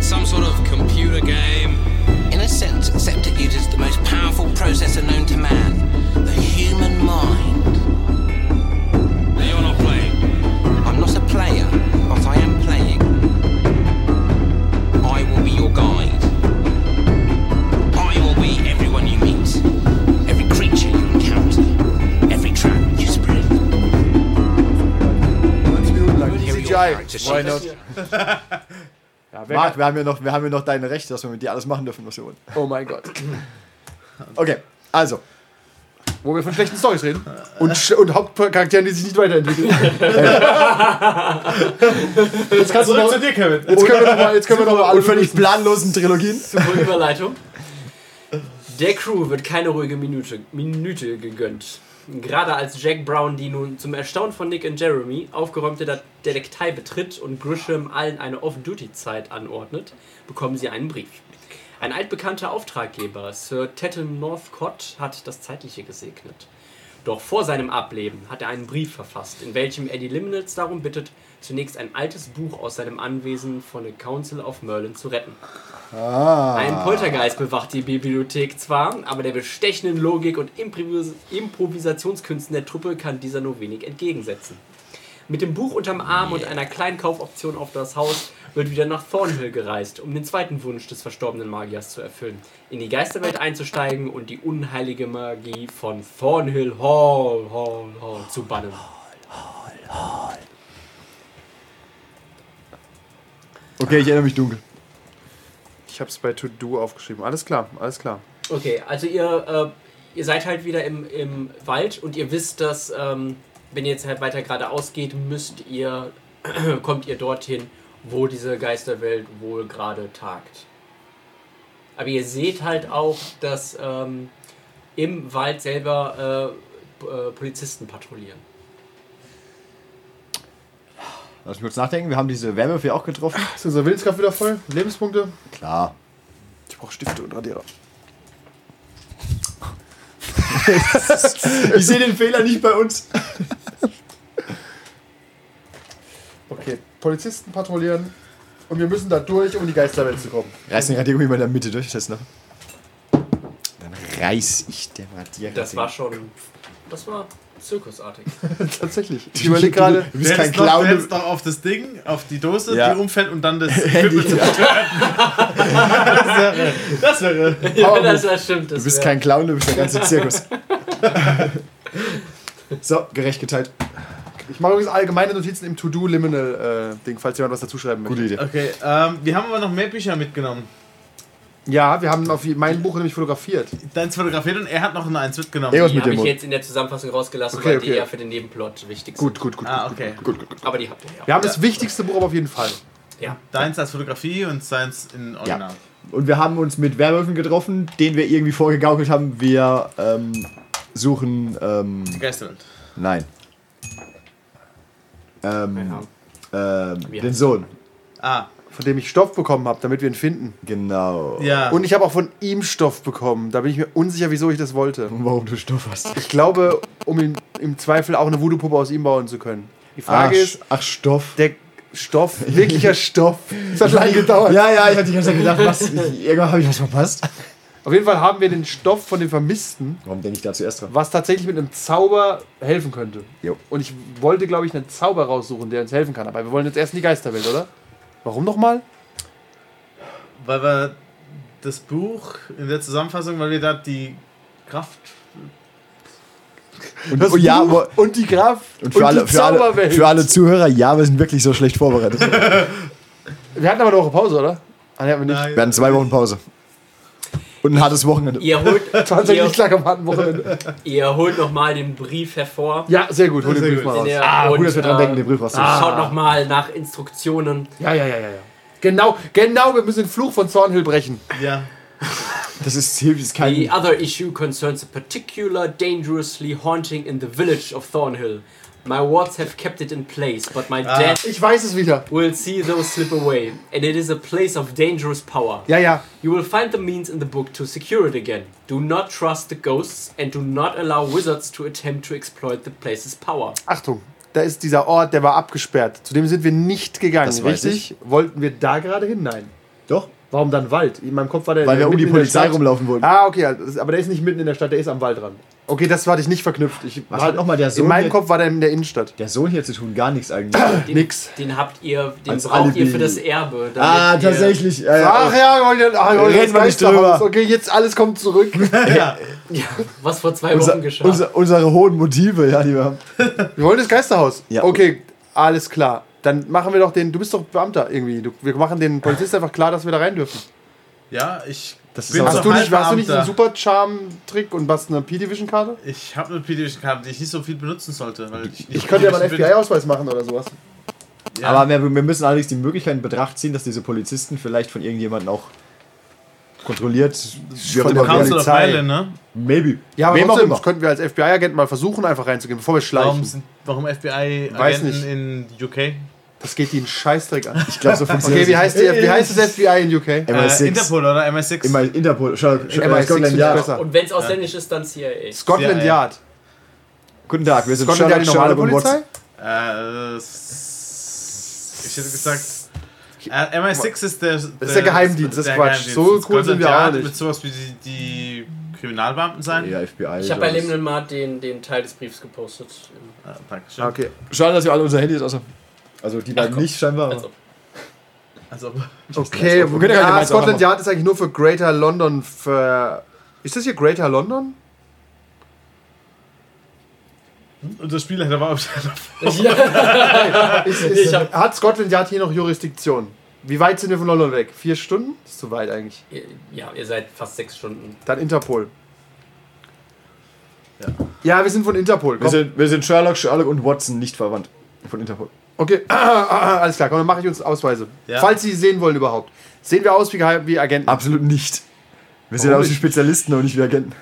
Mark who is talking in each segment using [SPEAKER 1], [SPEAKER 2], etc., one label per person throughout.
[SPEAKER 1] some sort of computer game.
[SPEAKER 2] In a sense, except it uses the most powerful processor known to man the human mind.
[SPEAKER 1] Now you're not playing.
[SPEAKER 2] I'm not a player, but I am playing. I will be your guide. I will be everyone you meet, every creature you encounter, every trap you spread. Here are your
[SPEAKER 3] CGI.
[SPEAKER 2] character
[SPEAKER 3] Why
[SPEAKER 2] sheets.
[SPEAKER 3] not?
[SPEAKER 4] Ja, wer
[SPEAKER 3] Marc, wir haben ja noch, wir haben ja noch deine Rechte, dass wir mit dir alles machen dürfen, was wir wollen.
[SPEAKER 4] kann- oh mein Gott.
[SPEAKER 3] Okay, also.
[SPEAKER 4] Wo wir von schlechten Stories reden.
[SPEAKER 3] Und, Sch- und Hauptcharakteren, die sich nicht weiterentwickeln.
[SPEAKER 5] Jetzt kannst Zurück zu dir, Kevin.
[SPEAKER 3] Jetzt können wir nochmal, jetzt können wir nochmal alle völlig planlosen Trilogien.
[SPEAKER 6] Super Überleitung. Der Crew wird keine ruhige Minute, Minute gegönnt. Gerade als Jack Brown die nun zum Erstaunen von Nick und Jeremy aufgeräumte Dat- Detektei betritt und Grisham allen eine Off-Duty-Zeit anordnet, bekommen sie einen Brief. Ein altbekannter Auftraggeber, Sir Tatton Northcott, hat das Zeitliche gesegnet. Doch vor seinem Ableben hat er einen Brief verfasst, in welchem er die Liminals darum bittet, zunächst ein altes Buch aus seinem Anwesen von der Council of Merlin zu retten. Ein Poltergeist bewacht die Bibliothek zwar, aber der bestechenden Logik und Improvis Improvisationskünsten der Truppe kann dieser nur wenig entgegensetzen. Mit dem Buch unterm Arm und einer kleinen Kaufoption auf das Haus wird wieder nach Thornhill gereist, um den zweiten Wunsch des verstorbenen Magiers zu erfüllen, in die Geisterwelt einzusteigen und die unheilige Magie von Thornhill Hall, Hall, Hall zu bannen.
[SPEAKER 3] Okay, ich erinnere mich dunkel.
[SPEAKER 4] Ich hab's bei To Do aufgeschrieben. Alles klar, alles klar.
[SPEAKER 6] Okay, also ihr, äh, ihr seid halt wieder im, im Wald und ihr wisst, dass ähm, wenn ihr jetzt halt weiter geradeaus geht, müsst ihr, kommt ihr dorthin, wo diese Geisterwelt wohl gerade tagt. Aber ihr seht halt auch, dass ähm, im Wald selber äh, p- äh, Polizisten patrouillieren.
[SPEAKER 3] Lass mich kurz nachdenken, wir haben diese Werwölfe ja auch getroffen.
[SPEAKER 4] Ist unsere Willenskraft wieder voll? Lebenspunkte?
[SPEAKER 3] Klar.
[SPEAKER 4] Ich brauche Stifte und Radierer.
[SPEAKER 3] Ich sehe den Fehler nicht bei uns.
[SPEAKER 4] Okay, Polizisten patrouillieren und wir müssen da durch, um in die Geisterwelt zu kommen.
[SPEAKER 3] Reiß den Radiergummi mal in der Mitte durch, das noch. Dann reiß ich den Radiergummi.
[SPEAKER 6] Das war schon. Das war zirkusartig.
[SPEAKER 4] Tatsächlich. Ich überlege gerade.
[SPEAKER 3] Du bist
[SPEAKER 5] hättest
[SPEAKER 3] kein
[SPEAKER 5] noch-
[SPEAKER 3] Clown.
[SPEAKER 5] Du
[SPEAKER 3] du-
[SPEAKER 5] hättest noch auf das Ding, auf die Dose,
[SPEAKER 3] Ja.
[SPEAKER 5] die umfällt und dann das Equipment Das wäre. Das wäre.
[SPEAKER 6] ja, das, das stimmt. Das
[SPEAKER 3] Du bist
[SPEAKER 6] wär-
[SPEAKER 3] kein Clown, du bist der ganze Zirkus. so, gerecht geteilt.
[SPEAKER 4] Ich mache übrigens allgemeine Notizen im To-Do-Liminal-Ding, falls jemand was dazu schreiben möchte.
[SPEAKER 3] Gute Idee.
[SPEAKER 5] Okay, ähm, wir haben aber noch mehr Bücher mitgenommen.
[SPEAKER 4] Ja, wir haben auf mein Buch nämlich fotografiert.
[SPEAKER 5] Deins fotografiert und er hat noch eins mitgenommen.
[SPEAKER 3] Irgendwas
[SPEAKER 6] Die
[SPEAKER 3] mit
[SPEAKER 6] habe
[SPEAKER 3] dem
[SPEAKER 6] ich
[SPEAKER 3] Mund.
[SPEAKER 6] jetzt in der Zusammenfassung rausgelassen,
[SPEAKER 4] Okay,
[SPEAKER 6] weil die
[SPEAKER 4] okay.
[SPEAKER 6] eher für den Nebenplot wichtig sind.
[SPEAKER 4] Gut, gut, gut.
[SPEAKER 5] Ah,
[SPEAKER 4] gut,
[SPEAKER 5] okay.
[SPEAKER 4] Gut, gut, gut.
[SPEAKER 6] Aber die habt ihr ja.
[SPEAKER 4] Wir haben das wichtigste Buch aber auf jeden Fall.
[SPEAKER 6] ja.
[SPEAKER 5] Deins als Fotografie und seins in Original.
[SPEAKER 3] Und wir haben uns mit Werwölfen getroffen, denen wir irgendwie vorgegaukelt haben. Wir ähm, suchen. Ähm,
[SPEAKER 5] Geisterwelt.
[SPEAKER 3] nein. Ähm, ähm,
[SPEAKER 6] Genau. Wie
[SPEAKER 3] den
[SPEAKER 6] heißt
[SPEAKER 3] Sohn.
[SPEAKER 5] Ah,
[SPEAKER 4] Von dem ich Stoff bekommen habe, damit wir ihn finden.
[SPEAKER 3] Genau.
[SPEAKER 5] ja.
[SPEAKER 4] Und ich habe auch von ihm Stoff bekommen. Da bin ich mir unsicher, wieso ich das wollte.
[SPEAKER 3] Warum du Stoff hast.
[SPEAKER 4] Ich glaube, um ihn im Zweifel auch eine Voodoo-Puppe aus ihm bauen zu können. Die Frage
[SPEAKER 3] ach,
[SPEAKER 4] ist,
[SPEAKER 3] ach, Stoff.
[SPEAKER 4] der Stoff, wirklicher Stoff, es hat lange gedauert.
[SPEAKER 3] Ja, ja, ich hatte die ganze Zeit gedacht, was, ich, irgendwann habe ich was verpasst.
[SPEAKER 4] Auf jeden Fall haben wir den Stoff von dem Vermissten,
[SPEAKER 3] Warum denke ich da zuerst dran?
[SPEAKER 4] was tatsächlich mit einem Zauber helfen könnte.
[SPEAKER 3] Jo.
[SPEAKER 4] Und ich wollte, glaube ich, einen Zauber raussuchen, der uns helfen kann. Aber wir wollen jetzt erst in die Geisterwelt, oder? Warum nochmal?
[SPEAKER 5] Weil wir das Buch in der Zusammenfassung, weil wir da die Kraft.
[SPEAKER 3] Und,
[SPEAKER 4] Das
[SPEAKER 3] oh, ja,
[SPEAKER 4] Buch
[SPEAKER 3] aber,
[SPEAKER 4] und die Kraft
[SPEAKER 3] und für, alle,
[SPEAKER 4] die
[SPEAKER 3] für, alle,
[SPEAKER 4] Zauberwelt.
[SPEAKER 3] für alle Zuhörer, ja, wir sind wirklich so schlecht vorbereitet. Wir
[SPEAKER 4] Wir hatten aber eine Woche Pause, oder? Ah, nee, hatten wir nicht.
[SPEAKER 5] Nein.
[SPEAKER 3] hatten zwei Wochen Pause. Und ein hartes Wochenende.
[SPEAKER 6] Ihr holt,
[SPEAKER 4] Tatsächlich
[SPEAKER 6] ihr,
[SPEAKER 4] lag am harten Wochenende.
[SPEAKER 6] ihr holt nochmal den Brief hervor.
[SPEAKER 4] Ja, sehr gut. Hol den
[SPEAKER 5] Sehr
[SPEAKER 4] Brief
[SPEAKER 5] gut.
[SPEAKER 4] mal
[SPEAKER 6] In
[SPEAKER 4] raus.
[SPEAKER 6] der-
[SPEAKER 3] Ah,
[SPEAKER 6] und,
[SPEAKER 3] gut, dass wir dran
[SPEAKER 6] äh,
[SPEAKER 3] denken, den Brief
[SPEAKER 4] ah,
[SPEAKER 3] rauszuholen.
[SPEAKER 6] Schaut nochmal nach Instruktionen.
[SPEAKER 4] Ja, ja, ja, ja. ja. Genau, genau, wir müssen den Fluch von Thornhill brechen.
[SPEAKER 5] Ja.
[SPEAKER 3] Das ist, hilft, ist kein.
[SPEAKER 6] The other issue concerns a particular dangerously haunting in the village of Thornhill. My wards have kept it in place, but my
[SPEAKER 3] Ah.
[SPEAKER 6] death
[SPEAKER 4] Ich weiß es wieder.
[SPEAKER 6] will see those slip away, and it is a place of dangerous power.
[SPEAKER 4] Ja, ja.
[SPEAKER 6] You will find the means in the book to secure it again. Do not trust the ghosts, and do not allow wizards to attempt to exploit the place's power.
[SPEAKER 4] Achtung, da ist dieser Ort, der war abgesperrt. Zu dem sind wir nicht gegangen,
[SPEAKER 3] Das weiß
[SPEAKER 4] richtig? Wollten wir da gerade hin? Nein.
[SPEAKER 3] Doch,
[SPEAKER 4] Warum dann Wald? In meinem Kopf war der.
[SPEAKER 3] weil wir
[SPEAKER 4] der
[SPEAKER 3] um die
[SPEAKER 4] mitten in der
[SPEAKER 3] Polizei
[SPEAKER 4] Stadt.
[SPEAKER 3] rumlaufen wollten.
[SPEAKER 4] Ah, okay, ja, das ist- aber der ist nicht mitten in der Stadt, der ist am Waldrand. Okay, das war dich nicht verknüpft. Ich
[SPEAKER 3] Was hat halt noch mal der Sohn
[SPEAKER 4] in meinem
[SPEAKER 3] mit-
[SPEAKER 4] Kopf war der in der Innenstadt.
[SPEAKER 3] Der Sohn hier zu tun, gar nichts eigentlich.
[SPEAKER 6] Den,
[SPEAKER 4] Nix.
[SPEAKER 6] Den habt ihr, den
[SPEAKER 3] Als
[SPEAKER 6] braucht ihr
[SPEAKER 3] Alibi.
[SPEAKER 6] für das Erbe. damit
[SPEAKER 3] ah,
[SPEAKER 6] ihr-
[SPEAKER 3] tatsächlich. Ja, ja.
[SPEAKER 4] Ach ja, Julian, ach, Julian,
[SPEAKER 3] Reden wir nicht drüber.
[SPEAKER 4] Geisterhaus. Okay, jetzt alles kommt zurück. Wir
[SPEAKER 6] Ja, was vor zwei
[SPEAKER 3] Unser,
[SPEAKER 6] Wochen geschah.
[SPEAKER 3] unser, unsere hohen Motive, ja, die wir haben.
[SPEAKER 4] wollen das Geisterhaus.
[SPEAKER 3] Ja.
[SPEAKER 4] Okay, alles klar. Dann machen wir doch den. Du bist doch Beamter irgendwie. Du, wir machen den Polizisten einfach klar, dass wir da rein dürfen.
[SPEAKER 5] Ja, ich
[SPEAKER 3] Das ist
[SPEAKER 5] bin
[SPEAKER 3] aber-
[SPEAKER 5] so
[SPEAKER 4] Hast du, nicht,
[SPEAKER 5] halb
[SPEAKER 4] hast du nicht einen
[SPEAKER 5] Beamter.
[SPEAKER 4] super Charm-Trick und hast eine P-Division-Karte?
[SPEAKER 5] Ich habe eine PDF-Karte, die ich nicht so viel benutzen sollte. Weil ich, nicht
[SPEAKER 7] Ich könnte ja mal einen
[SPEAKER 5] Polizist bin.
[SPEAKER 7] FBI-Ausweis machen oder sowas.
[SPEAKER 5] Ja.
[SPEAKER 3] Aber wir, wir müssen allerdings die Möglichkeit in Betracht ziehen, dass diese Polizisten vielleicht von irgendjemandem auch kontrolliert
[SPEAKER 4] Von
[SPEAKER 3] werden.
[SPEAKER 4] der
[SPEAKER 5] Council of
[SPEAKER 4] Polizei.
[SPEAKER 5] Ireland, ne?
[SPEAKER 3] Maybe.
[SPEAKER 4] Ja, aber
[SPEAKER 3] Wem auch
[SPEAKER 4] trotzdem,
[SPEAKER 3] immer.
[SPEAKER 4] das könnten wir als FBI-Agent mal versuchen, einfach reinzugehen, bevor wir schleichen.
[SPEAKER 5] Warum, sind, warum
[SPEAKER 4] Weiß
[SPEAKER 5] FBI-Agenten
[SPEAKER 4] nicht.
[SPEAKER 5] in Äh, UK?
[SPEAKER 4] Das geht ihnen scheißdreck an.
[SPEAKER 3] Ich glaube, so funktioniert
[SPEAKER 4] Okay, wie heißt, die, wie heißt das FBI in UK?
[SPEAKER 3] MI6.
[SPEAKER 5] Äh, Interpol oder MI6?
[SPEAKER 3] Immer Interpol. Schau, schau, äh,
[SPEAKER 4] MI6
[SPEAKER 3] Scotland
[SPEAKER 4] find ich
[SPEAKER 3] Yard.
[SPEAKER 4] besser.
[SPEAKER 6] Und wenn es ausländisch ist, dann CIA.
[SPEAKER 4] Scotland
[SPEAKER 5] CIA.
[SPEAKER 4] Yard.
[SPEAKER 3] Guten Tag, wir sind
[SPEAKER 4] Scotland Yard, die
[SPEAKER 3] Sherlock,
[SPEAKER 4] normale
[SPEAKER 3] Sherlock und
[SPEAKER 4] Polizei?
[SPEAKER 3] Watson.
[SPEAKER 5] Äh, s- ich hätte gesagt. Äh, MI6 ist der. Das
[SPEAKER 4] der Geheimdienst, das ist Quatsch. So cool sind wir auch nicht.
[SPEAKER 5] Wird sowas wie die, die Kriminalbeamten sein?
[SPEAKER 3] Ja, FBI.
[SPEAKER 6] Ich habe bei Lebenden Mart den, den Teil des Briefs gepostet.
[SPEAKER 5] Ah, Dankeschön.
[SPEAKER 4] Okay.
[SPEAKER 3] Schade, dass wir alle unser Handys aus Also die beiden nicht scheinbar.
[SPEAKER 6] Also,
[SPEAKER 5] Also,
[SPEAKER 4] Okay,
[SPEAKER 3] Wir können ja
[SPEAKER 4] ja,
[SPEAKER 3] gemeins auch
[SPEAKER 4] Scotland
[SPEAKER 3] machen.
[SPEAKER 4] Yard ist eigentlich nur für Greater London. Für ist das hier Greater London?
[SPEAKER 5] unser Spieler hat aber auch.
[SPEAKER 4] Ist,
[SPEAKER 6] Nee,
[SPEAKER 4] ist,
[SPEAKER 6] ich hab-
[SPEAKER 4] hat Scotland Yard hier noch Jurisdiktion? Wie weit sind wir von London weg? Vier Stunden? ist zu weit eigentlich.
[SPEAKER 6] ihr, ja, ihr seid fast sechs Stunden.
[SPEAKER 4] Dann Interpol. Ja, wir sind von Interpol.
[SPEAKER 3] wir,
[SPEAKER 4] Komm.
[SPEAKER 3] sind, wir sind Sherlock, Sherlock und Watson nicht verwandt. Von Interpol.
[SPEAKER 4] Okay, alles klar. Komm, dann mache ich uns Ausweise.
[SPEAKER 5] Ja.
[SPEAKER 4] Falls Sie sie sehen wollen überhaupt. Sehen wir aus wie, Geheim- wie Agenten?
[SPEAKER 3] Absolut nicht. Wir sehen
[SPEAKER 4] Warum
[SPEAKER 3] aus wie
[SPEAKER 4] nicht?
[SPEAKER 3] Spezialisten und nicht wie Agenten.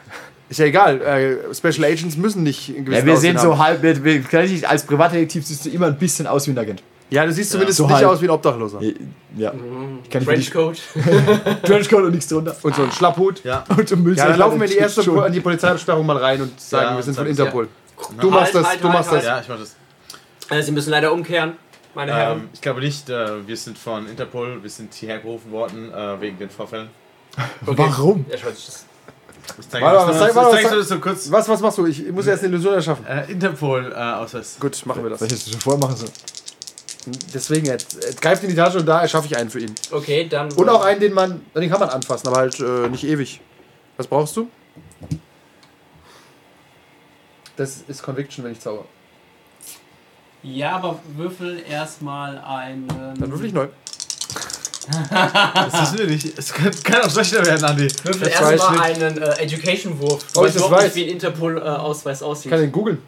[SPEAKER 4] Ist ja egal. Äh, Special Agents müssen nicht ein
[SPEAKER 3] Ja,
[SPEAKER 4] gewisses
[SPEAKER 3] wir sehen
[SPEAKER 4] Aussehen haben.
[SPEAKER 3] so halb, wir, wir, gleich als Privatdetektiv siehst du immer ein bisschen aus wie ein Agent.
[SPEAKER 4] Ja, du siehst zumindest
[SPEAKER 3] so
[SPEAKER 4] nicht
[SPEAKER 3] halb.
[SPEAKER 4] aus wie ein Obdachloser.
[SPEAKER 3] Ja. Ich kann nicht wirklich
[SPEAKER 6] Trenchcoat.
[SPEAKER 3] Trenchcoat und nichts drunter.
[SPEAKER 4] Und so ein Schlapphut.
[SPEAKER 5] ja.
[SPEAKER 3] Und im Müll
[SPEAKER 4] Ja, dann laufen wir in die erste Po- an die Polizeibesperrung mal rein und sagen,
[SPEAKER 5] Ja,
[SPEAKER 4] wir sind von
[SPEAKER 5] sag-
[SPEAKER 4] Interpol.
[SPEAKER 5] Du
[SPEAKER 4] Du machst das,
[SPEAKER 6] halt,
[SPEAKER 4] du
[SPEAKER 6] halt,
[SPEAKER 4] machst
[SPEAKER 6] halt.
[SPEAKER 4] das.
[SPEAKER 5] Ja, ich mach das.
[SPEAKER 6] Äh, Sie müssen leider umkehren, meine
[SPEAKER 5] Ähm,
[SPEAKER 6] Herren.
[SPEAKER 5] ich glaube nicht, äh, wir sind von Interpol, wir sind hierher gerufen worden äh, wegen den Vorfällen.
[SPEAKER 4] Ähm,
[SPEAKER 3] Warum?
[SPEAKER 6] Er schaut sich das.
[SPEAKER 5] Ich zeige
[SPEAKER 4] Warte,
[SPEAKER 5] das
[SPEAKER 4] was
[SPEAKER 5] nur-
[SPEAKER 4] zeig- warte, was
[SPEAKER 5] ich zeig's
[SPEAKER 4] zeig-
[SPEAKER 5] nur so kurz.
[SPEAKER 4] Was, was machst du? Ich muss erst eine Illusion erschaffen.
[SPEAKER 5] Äh, Interpol-Ausweis.
[SPEAKER 4] Gut, machen wir das.
[SPEAKER 3] Vielleicht hättest du schon vorher machen sollen.
[SPEAKER 4] Deswegen, er, er greift in die Tasche und da erschaffe ich einen für ihn.
[SPEAKER 6] Okay, dann.
[SPEAKER 4] Und auch einen, den man, den kann man anfassen, aber halt äh, nicht ewig. Was brauchst du?
[SPEAKER 7] Das ist Conviction, wenn ich zauber.
[SPEAKER 6] äh, Ja, aber würfel erstmal einen. ähm,
[SPEAKER 4] Dann würfel ich neu.
[SPEAKER 5] Das wissen wir nicht. Es kann, kann auch schlechter werden, Andi.
[SPEAKER 6] Würfel
[SPEAKER 4] Das weiß ich
[SPEAKER 6] erstmal einen äh, Education-Wurf.
[SPEAKER 4] Oh, ich das
[SPEAKER 6] überhaupt
[SPEAKER 4] weiß.
[SPEAKER 6] nicht, wie ein Interpol-Ausweis
[SPEAKER 4] Ich
[SPEAKER 6] aussieht.
[SPEAKER 4] kann den googeln.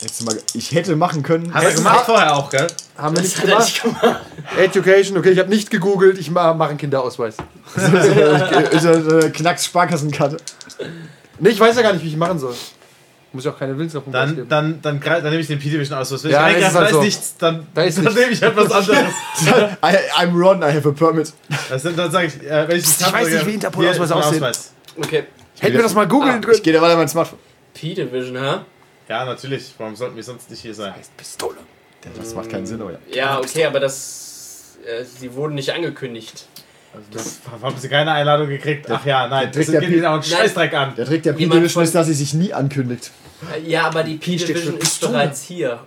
[SPEAKER 3] Hättest du mal, ge- ich hätte machen können.
[SPEAKER 5] Hat er gemacht vorher auch, gell?
[SPEAKER 4] Haben wir nichts
[SPEAKER 6] hat er
[SPEAKER 4] gemacht?
[SPEAKER 6] nicht
[SPEAKER 4] Education, okay, ich habe nicht gegoogelt, ich ma- mache einen Kinderausweis.
[SPEAKER 3] so eine, so eine Knacks-Sparkassenkarte.
[SPEAKER 4] Nee, ich weiß ja gar nicht, wie ich ihn machen soll. Muss ja auch keine Willenskraft
[SPEAKER 5] Dann, dann, dann, greif- dann nehme ich den P-Division aus. Was will
[SPEAKER 4] Ja,
[SPEAKER 5] ich
[SPEAKER 4] ist es
[SPEAKER 5] eingreifen? Da
[SPEAKER 4] halt
[SPEAKER 5] ist
[SPEAKER 4] so.
[SPEAKER 5] nichts. Dann,
[SPEAKER 4] Da ist
[SPEAKER 5] dann
[SPEAKER 4] nichts.
[SPEAKER 5] nehme ich etwas anderes.
[SPEAKER 3] I, I'm Ron, I have a permit.
[SPEAKER 5] Das sind, dann sage ich, äh, wenn ich
[SPEAKER 4] Ich weiß nicht, wie Interpol-Ausweis aussehen.
[SPEAKER 5] Ausweis.
[SPEAKER 6] Okay.
[SPEAKER 4] Hätten wir das mal googeln
[SPEAKER 3] Ich
[SPEAKER 4] können.
[SPEAKER 3] gehe da weiter mein Smartphone.
[SPEAKER 6] P-Division, hä?
[SPEAKER 5] Ja, natürlich. Warum sollten wir sonst nicht hier sein?
[SPEAKER 4] Pistole.
[SPEAKER 3] Das macht keinen Sinn, oder?
[SPEAKER 6] Ja, okay, aber das. Äh, sie wurden nicht angekündigt.
[SPEAKER 5] Also, das, haben sie keine Einladung gekriegt? Ach ja, nein. Das
[SPEAKER 3] trägt der
[SPEAKER 5] geht ihnen
[SPEAKER 3] Pi-
[SPEAKER 5] auch einen Scheißdreck an.
[SPEAKER 3] Der Trick der
[SPEAKER 6] Jemand
[SPEAKER 3] P-Division ist, dass sie sich nie ankündigt.
[SPEAKER 6] Äh, Ja, aber die P-Division ist bereits hier.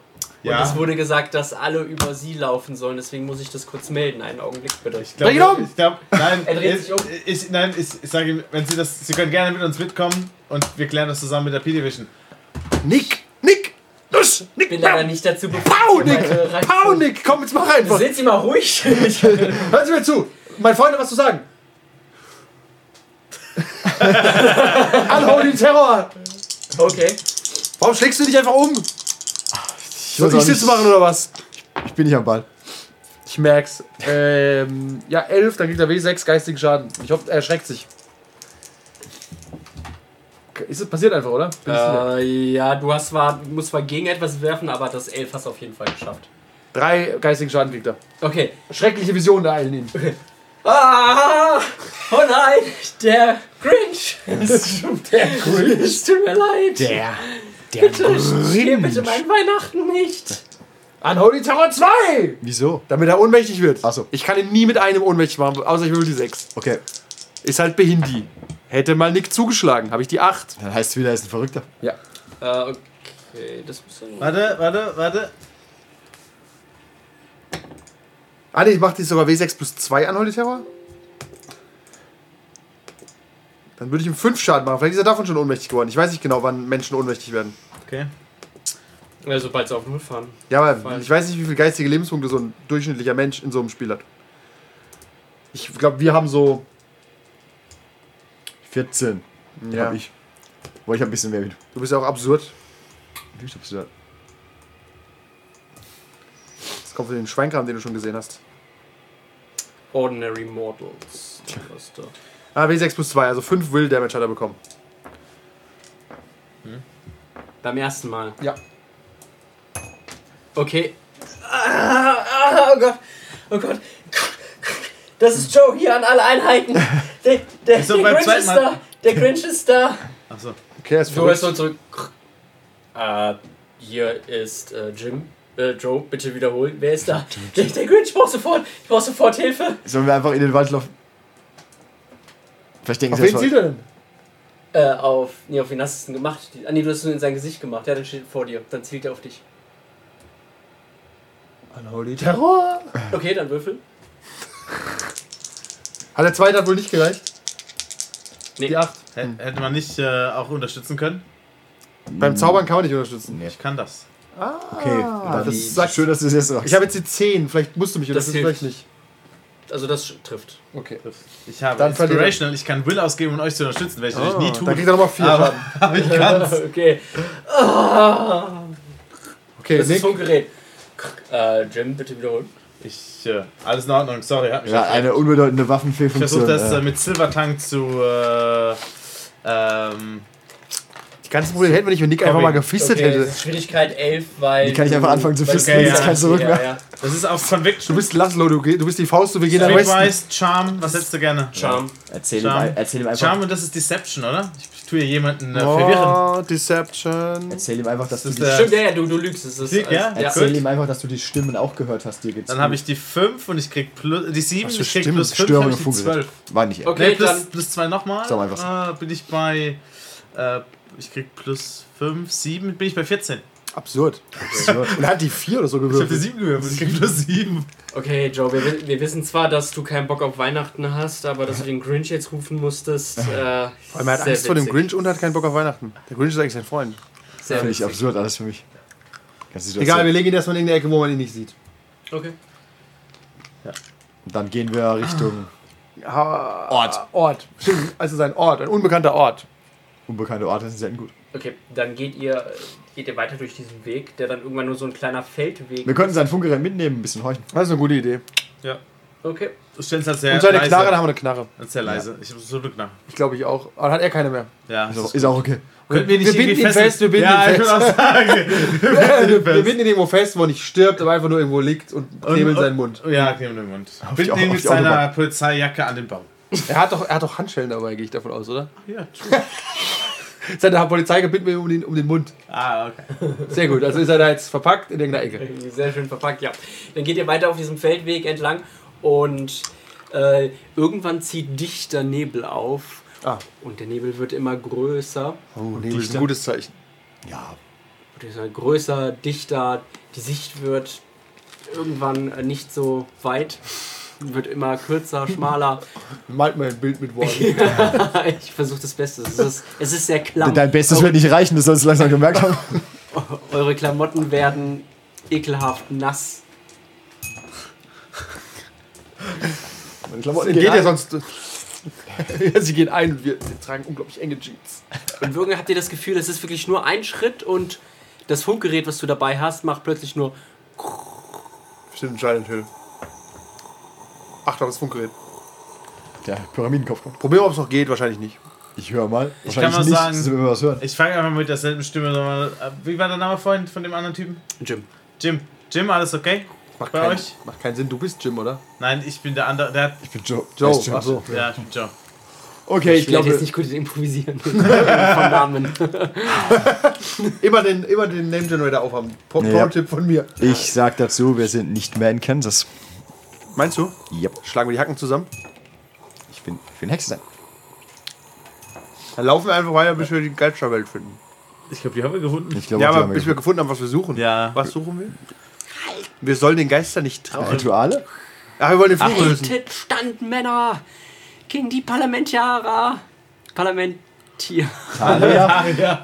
[SPEAKER 6] Und
[SPEAKER 5] Ja.
[SPEAKER 6] es wurde gesagt, dass alle über sie laufen sollen, deswegen muss ich das kurz melden. Einen Augenblick bitte.
[SPEAKER 5] Ich glaub,
[SPEAKER 4] Dreh ihn um!
[SPEAKER 5] Ich glaub, nein,
[SPEAKER 6] Er dreht
[SPEAKER 5] ich,
[SPEAKER 6] sich um.
[SPEAKER 5] Ich, nein, ich, ich sage ihm, wenn Sie das, Sie können gerne mit uns mitkommen und wir klären das zusammen mit der P-Division.
[SPEAKER 4] Nick! Nick! Los! Nick!
[SPEAKER 6] bin leider nicht dazu befugt.
[SPEAKER 4] Pau, Nick!
[SPEAKER 6] Meine Reaktion-
[SPEAKER 4] Pau, Nick! Komm, jetzt mach einfach!
[SPEAKER 6] Sind Sie mal ruhig?
[SPEAKER 4] Hören Sie mir zu! Mein Freund hat was zu sagen! Alle hol den Terror!
[SPEAKER 6] okay.
[SPEAKER 4] Warum schlägst du dich einfach um?
[SPEAKER 3] weiß
[SPEAKER 4] Soll
[SPEAKER 3] auch
[SPEAKER 4] ich Sitz
[SPEAKER 3] nicht.
[SPEAKER 4] machen oder was?
[SPEAKER 3] Ich bin nicht am Ball.
[SPEAKER 4] Ich merk's. Ähm, ja, 11, dann kriegt er W6 geistigen Schaden. Ich hoffe, er erschreckt sich. Ist es passiert einfach, oder? Bin ich sicher.
[SPEAKER 6] Äh, ja, du hast zwar, du musst zwar gegen etwas werfen, aber das Elf hast du auf jeden Fall geschafft.
[SPEAKER 4] Drei geistigen Schaden kriegt er.
[SPEAKER 6] Okay.
[SPEAKER 4] Schreckliche Visionen ereilen ihn.
[SPEAKER 6] Ah! Oh nein! Der Grinch! der Grinch? Es tut mir leid! Der. Der bitte, Grinch! bitte mein Weihnachten nicht!
[SPEAKER 7] Unholy Terror 2!
[SPEAKER 3] Wieso?
[SPEAKER 4] Damit er ohnmächtig wird.
[SPEAKER 3] Ach so.
[SPEAKER 4] Ich kann ihn nie mit einem ohnmächtig machen, außer ich will die 6.
[SPEAKER 3] Okay,
[SPEAKER 4] Ist halt Behindi. Hätte mal Nick zugeschlagen, habe ich die 8.
[SPEAKER 3] dann heißt es wieder, er ist ein Verrückter.
[SPEAKER 4] Ja.
[SPEAKER 6] Äh, okay, das muss dann.
[SPEAKER 5] Warte, warte, warte.
[SPEAKER 4] Ah, nee, ich mache die sogar W6 plus 2 an Holy Terror. Dann würde ich ihm 5 Schaden machen. Vielleicht ist er davon schon ohnmächtig geworden. Ich weiß nicht genau, wann Menschen ohnmächtig werden.
[SPEAKER 5] Okay.
[SPEAKER 6] Ja, sobald sie auf Null fahren.
[SPEAKER 4] Ja, aber
[SPEAKER 6] Weiß.
[SPEAKER 4] ich weiß nicht, wie viele geistige Lebenspunkte so ein durchschnittlicher Mensch in so einem Spiel hat. Ich glaube, wir haben so.
[SPEAKER 3] 14
[SPEAKER 4] Ja,
[SPEAKER 3] hab ich. Boah, ich hab ein bisschen mehr wie du.
[SPEAKER 4] Du bist ja auch absurd.
[SPEAKER 3] Wie bist du da?
[SPEAKER 4] Das kommt von dem Schweinkram, den du schon gesehen hast.
[SPEAKER 6] Ordinary Mortals. Was da.
[SPEAKER 4] Ah, W6 plus 2, also 5 Will Damage hat er bekommen.
[SPEAKER 6] Beim ersten Mal.
[SPEAKER 4] Ja.
[SPEAKER 6] Okay. Ah, ah, oh Gott. Oh Gott. Das ist Joe hier an alle Einheiten. Der, der,
[SPEAKER 5] Ist so
[SPEAKER 6] der
[SPEAKER 5] beim
[SPEAKER 6] Grinch
[SPEAKER 5] zweiten
[SPEAKER 6] ist
[SPEAKER 5] Mal.
[SPEAKER 6] da. Der Grinch ist da.
[SPEAKER 5] Achso.
[SPEAKER 4] Okay, er ist
[SPEAKER 6] Joe ist
[SPEAKER 4] verrückt.
[SPEAKER 6] so zurück. Äh, hier ist äh, Jim. Äh, Joe, bitte wiederholen. Wer ist da? Der, der Grinch braucht sofort. Ich brauche sofort Hilfe.
[SPEAKER 3] Sollen wir einfach in den Wald laufen? Vielleicht denken
[SPEAKER 7] Auf
[SPEAKER 3] sie,
[SPEAKER 7] wen
[SPEAKER 3] das
[SPEAKER 7] zielt
[SPEAKER 3] war-
[SPEAKER 7] er denn?
[SPEAKER 6] Äh, auf. Nee, auf wen hast du es denn gemacht? Die- Ah, nee, du hast es nur in sein Gesicht gemacht. Ja, dann steht er vor dir. Dann zielt er auf dich.
[SPEAKER 7] Unholy Terror!
[SPEAKER 6] Okay, dann würfel.
[SPEAKER 4] Hat der zweite hat wohl nicht gereicht?
[SPEAKER 6] Nee.
[SPEAKER 4] Die 8.
[SPEAKER 5] Hä- Hätte man nicht äh, auch unterstützen können?
[SPEAKER 3] Hm.
[SPEAKER 4] Beim Zaubern kann man nicht unterstützen.
[SPEAKER 5] Ich kann das.
[SPEAKER 3] Okay,
[SPEAKER 5] Ah,
[SPEAKER 3] dann
[SPEAKER 4] das
[SPEAKER 3] das
[SPEAKER 4] sagt-
[SPEAKER 3] schön, dass du es jetzt sagst.
[SPEAKER 4] Ich habe jetzt die 10, vielleicht musst du mich
[SPEAKER 6] Das
[SPEAKER 4] unterstützen,
[SPEAKER 6] hilft.
[SPEAKER 4] vielleicht nicht.
[SPEAKER 6] Also das sch- trifft.
[SPEAKER 4] Okay.
[SPEAKER 5] Ich habe
[SPEAKER 4] Dann verliert er-
[SPEAKER 5] Inspirational, ich kann Will ausgeben, um euch zu unterstützen, welches ich nie
[SPEAKER 4] Dann
[SPEAKER 5] tue.
[SPEAKER 4] kriegt er nochmal 4
[SPEAKER 5] Aber,
[SPEAKER 4] Schaden.
[SPEAKER 5] aber ich kann's.
[SPEAKER 6] Okay. Ah,
[SPEAKER 4] Okay,
[SPEAKER 6] das ist
[SPEAKER 4] Nick.
[SPEAKER 6] vom Gerät. Krr, Äh, Jim, bitte wiederholen.
[SPEAKER 5] Ich, äh, alles in Ordnung, sorry, hat mich
[SPEAKER 3] ja,
[SPEAKER 5] vertan.
[SPEAKER 3] eine unbedeutende
[SPEAKER 5] Ich versuche
[SPEAKER 3] Waffenfehlfunktion.
[SPEAKER 5] das äh,
[SPEAKER 3] äh,
[SPEAKER 5] mit Silvertank zu. Äh, ähm,
[SPEAKER 4] Das ganze Problem hätten wir nicht, wenn Nick einfach
[SPEAKER 5] Sorry.
[SPEAKER 4] mal gefistet
[SPEAKER 6] Okay, das
[SPEAKER 4] hätte.
[SPEAKER 6] ist Schwierigkeit 11, weil...
[SPEAKER 3] die kann ich
[SPEAKER 6] du-
[SPEAKER 3] einfach anfangen zu
[SPEAKER 6] weil-
[SPEAKER 3] fisten,
[SPEAKER 5] okay,
[SPEAKER 3] jetzt
[SPEAKER 5] ja.
[SPEAKER 3] kein Zurück
[SPEAKER 6] ja,
[SPEAKER 3] mehr.
[SPEAKER 6] ja.
[SPEAKER 5] das ist auf
[SPEAKER 4] Du
[SPEAKER 5] Conviction.
[SPEAKER 4] bist Laszlo, du, geh- du bist die Faust, du, wir gehen nach Westen.
[SPEAKER 5] Streetwise, Charm, was hättest du gerne?
[SPEAKER 6] Charm.
[SPEAKER 3] Erzähl,
[SPEAKER 5] Charm.
[SPEAKER 3] Ihm, ein- erzähl ihm einfach,
[SPEAKER 5] Charm und das ist Deception, oder? Ich, ich tue hier jemanden äh, verwirren.
[SPEAKER 4] Oh, Deception.
[SPEAKER 3] erzähl ihm einfach, dass
[SPEAKER 5] Das
[SPEAKER 3] du
[SPEAKER 5] ist
[SPEAKER 3] die,
[SPEAKER 5] der-
[SPEAKER 6] Stimmt, ja, ja, du, du lügst. Es ist
[SPEAKER 5] Sieg, ja?
[SPEAKER 6] alles-
[SPEAKER 3] erzähl
[SPEAKER 5] gut.
[SPEAKER 3] ihm einfach, dass du die Stimmen auch gehört hast, dir geht's
[SPEAKER 5] Dann
[SPEAKER 3] gut.
[SPEAKER 5] habe ich die 5 und ich krieg plus, die 7,
[SPEAKER 3] Was
[SPEAKER 5] ich
[SPEAKER 3] für
[SPEAKER 5] krieg
[SPEAKER 3] Stimmen?
[SPEAKER 5] plus 5,
[SPEAKER 3] Störung
[SPEAKER 5] habe
[SPEAKER 3] im
[SPEAKER 5] ich die
[SPEAKER 3] Funkgerät.
[SPEAKER 5] 12.
[SPEAKER 3] War nicht er.
[SPEAKER 6] Okay,
[SPEAKER 5] nee, plus,
[SPEAKER 6] dann...
[SPEAKER 5] plus 2 nochmal.
[SPEAKER 3] Sag mal was.
[SPEAKER 5] Äh, bin ich bei. Äh, ich krieg plus 5, 7, bin ich bei 14.
[SPEAKER 4] Absurd. Und er hat die 4 oder so
[SPEAKER 5] Ich habe die
[SPEAKER 4] gewürfelt.
[SPEAKER 5] 7 gehört, ich krieg plus 7.
[SPEAKER 6] Okay, Joe, wir, wi- wir wissen zwar, dass du keinen Bock auf Weihnachten hast, aber dass du den Grinch jetzt rufen musstest... Äh, Weil
[SPEAKER 4] Vor allem, er hat Angst vor dem Grinch und hat keinen Bock auf Weihnachten. Der Grinch ist eigentlich sein Freund.
[SPEAKER 6] Sehr
[SPEAKER 3] Völlig
[SPEAKER 6] witzig.
[SPEAKER 3] absurd alles für mich. Ganze Situation.
[SPEAKER 4] Egal, wir legen ihn erstmal in irgendeine Ecke, wo man ihn nicht sieht.
[SPEAKER 6] Okay.
[SPEAKER 3] Und dann gehen wir Richtung
[SPEAKER 5] Ah.
[SPEAKER 4] Ort. Ort. Stimmt, also sein Ort, ein unbekannter Ort.
[SPEAKER 3] unbekannte Orte, das ist selten gut.
[SPEAKER 6] Okay, dann geht ihr, geht ihr weiter durch diesen Weg, der dann irgendwann nur so ein kleiner Feldweg
[SPEAKER 3] Wir
[SPEAKER 6] ist.
[SPEAKER 3] könnten sein Funkgerät mitnehmen, ein bisschen horchen.
[SPEAKER 4] Das ist eine gute Idee.
[SPEAKER 6] Okay.
[SPEAKER 5] Du stellst halt sehr
[SPEAKER 4] Und seine
[SPEAKER 5] leise.
[SPEAKER 4] Knarre, da haben wir eine Knarre.
[SPEAKER 5] Das ist sehr leise. Ich habe so Glück nach.
[SPEAKER 4] Ich glaube, ich auch. Aber dann hat er keine mehr.
[SPEAKER 5] Ja,
[SPEAKER 3] Also, Ist auch, ist auch okay.
[SPEAKER 5] Könnten wir nicht
[SPEAKER 4] Wir binden
[SPEAKER 5] irgendwie
[SPEAKER 4] ihn
[SPEAKER 5] fesseln?
[SPEAKER 4] fest, wir binden
[SPEAKER 5] ja,
[SPEAKER 4] ihn
[SPEAKER 5] ich will auch sagen.
[SPEAKER 4] wir wir binden ihn irgendwo fest, wo er nicht stirbt, aber einfach nur irgendwo liegt und knebeln
[SPEAKER 5] und-
[SPEAKER 4] seinen Mund.
[SPEAKER 5] Ja, nehmen den Mund.
[SPEAKER 3] die
[SPEAKER 5] Binden
[SPEAKER 3] Au-
[SPEAKER 5] ihn
[SPEAKER 3] auf
[SPEAKER 5] mit
[SPEAKER 3] die Autobahn.
[SPEAKER 5] seiner Polizeijacke an den Baum.
[SPEAKER 4] Er hat, doch, er hat doch Handschellen dabei, gehe ich davon aus, oder?
[SPEAKER 5] Ja, true.
[SPEAKER 4] Seine Polizei gebindet mir um den, um den Mund.
[SPEAKER 5] Ah, okay.
[SPEAKER 4] Sehr gut, also ist er da jetzt verpackt in irgendeiner Ecke.
[SPEAKER 6] Sehr schön verpackt, ja. Dann geht ihr weiter auf diesem Feldweg entlang und äh, irgendwann zieht dichter Nebel auf.
[SPEAKER 4] Ah.
[SPEAKER 6] Und der Nebel wird immer größer.
[SPEAKER 4] Oh, nee, das ist ein gutes Zeichen.
[SPEAKER 3] Ja,
[SPEAKER 6] Wird immer größer, dichter, die Sicht wird irgendwann äh, nicht so weit. Wird immer kürzer, schmaler.
[SPEAKER 4] Malt mal ein Bild mit Worten.
[SPEAKER 6] ich versuche das Beste. Es ist, es ist sehr klamm.
[SPEAKER 3] dein Bestes wird nicht reichen, das sollst du langsam gemerkt haben.
[SPEAKER 6] Eure Klamotten werden ekelhaft nass.
[SPEAKER 3] Meine Klamotten
[SPEAKER 4] Geht ja sonst. Sie gehen ein und wir sie tragen unglaublich enge Jeans.
[SPEAKER 6] Und irgendwie habt ihr das Gefühl, es ist wirklich nur ein Schritt und das Funkgerät, was du dabei hast, macht plötzlich nur.
[SPEAKER 4] Stimmt, Silent Hill. Achtung, das Funkgerät.
[SPEAKER 3] Der Pyramidenkopf kommt.
[SPEAKER 4] Probieren wir, ob es noch geht. Wahrscheinlich nicht.
[SPEAKER 3] Ich höre mal.
[SPEAKER 5] Ich kann
[SPEAKER 3] Wahrscheinlich
[SPEAKER 5] mal
[SPEAKER 3] nicht,
[SPEAKER 5] sagen-
[SPEAKER 3] dass wir was hören.
[SPEAKER 5] Ich fange einfach mit derselben Stimme nochmal. äh, Wie war der Name vorhin von dem anderen Typen?
[SPEAKER 6] Jim.
[SPEAKER 5] Jim. Jim, alles okay?
[SPEAKER 4] Macht,
[SPEAKER 5] Bei
[SPEAKER 4] keinen-
[SPEAKER 5] euch?
[SPEAKER 4] macht keinen Sinn. Du bist Jim, oder?
[SPEAKER 5] Nein, ich bin der andere. Der hat.
[SPEAKER 3] Ich bin Joe.
[SPEAKER 4] Joe.
[SPEAKER 3] Weißt du,
[SPEAKER 4] Ach so.
[SPEAKER 5] Ja, ich bin Joe.
[SPEAKER 3] Okay, ich
[SPEAKER 6] Ich glaube,
[SPEAKER 3] glaube,
[SPEAKER 6] jetzt nicht gut in improvisieren. Von Namen.
[SPEAKER 7] Immer den, immer den Name Generator aufhaben. Pro-
[SPEAKER 3] Ja.
[SPEAKER 7] Pro-Tipp von mir.
[SPEAKER 3] ich sag dazu, wir sind nicht mehr in Kansas.
[SPEAKER 4] Meinst du?
[SPEAKER 3] Yep,
[SPEAKER 4] Schlagen wir die Hacken zusammen?
[SPEAKER 3] ich bin, ich bin Hexensein.
[SPEAKER 4] Dann laufen wir einfach weiter, bis wir die Geilscher-Welt finden.
[SPEAKER 5] Ich glaube, die haben wir gefunden.
[SPEAKER 3] Ich glaube,
[SPEAKER 4] ja,
[SPEAKER 3] die
[SPEAKER 4] aber
[SPEAKER 3] haben
[SPEAKER 4] bis wir gefunden haben, was wir suchen.
[SPEAKER 5] Ja.
[SPEAKER 4] Was suchen wir? Wir sollen den Geister nicht trauen.
[SPEAKER 3] Rituale?
[SPEAKER 4] Ach, wir wollen den Fluch lösen.
[SPEAKER 6] Achtet Standmänner gegen die Parlamentarier. Parlamentier.
[SPEAKER 3] Ah, ja.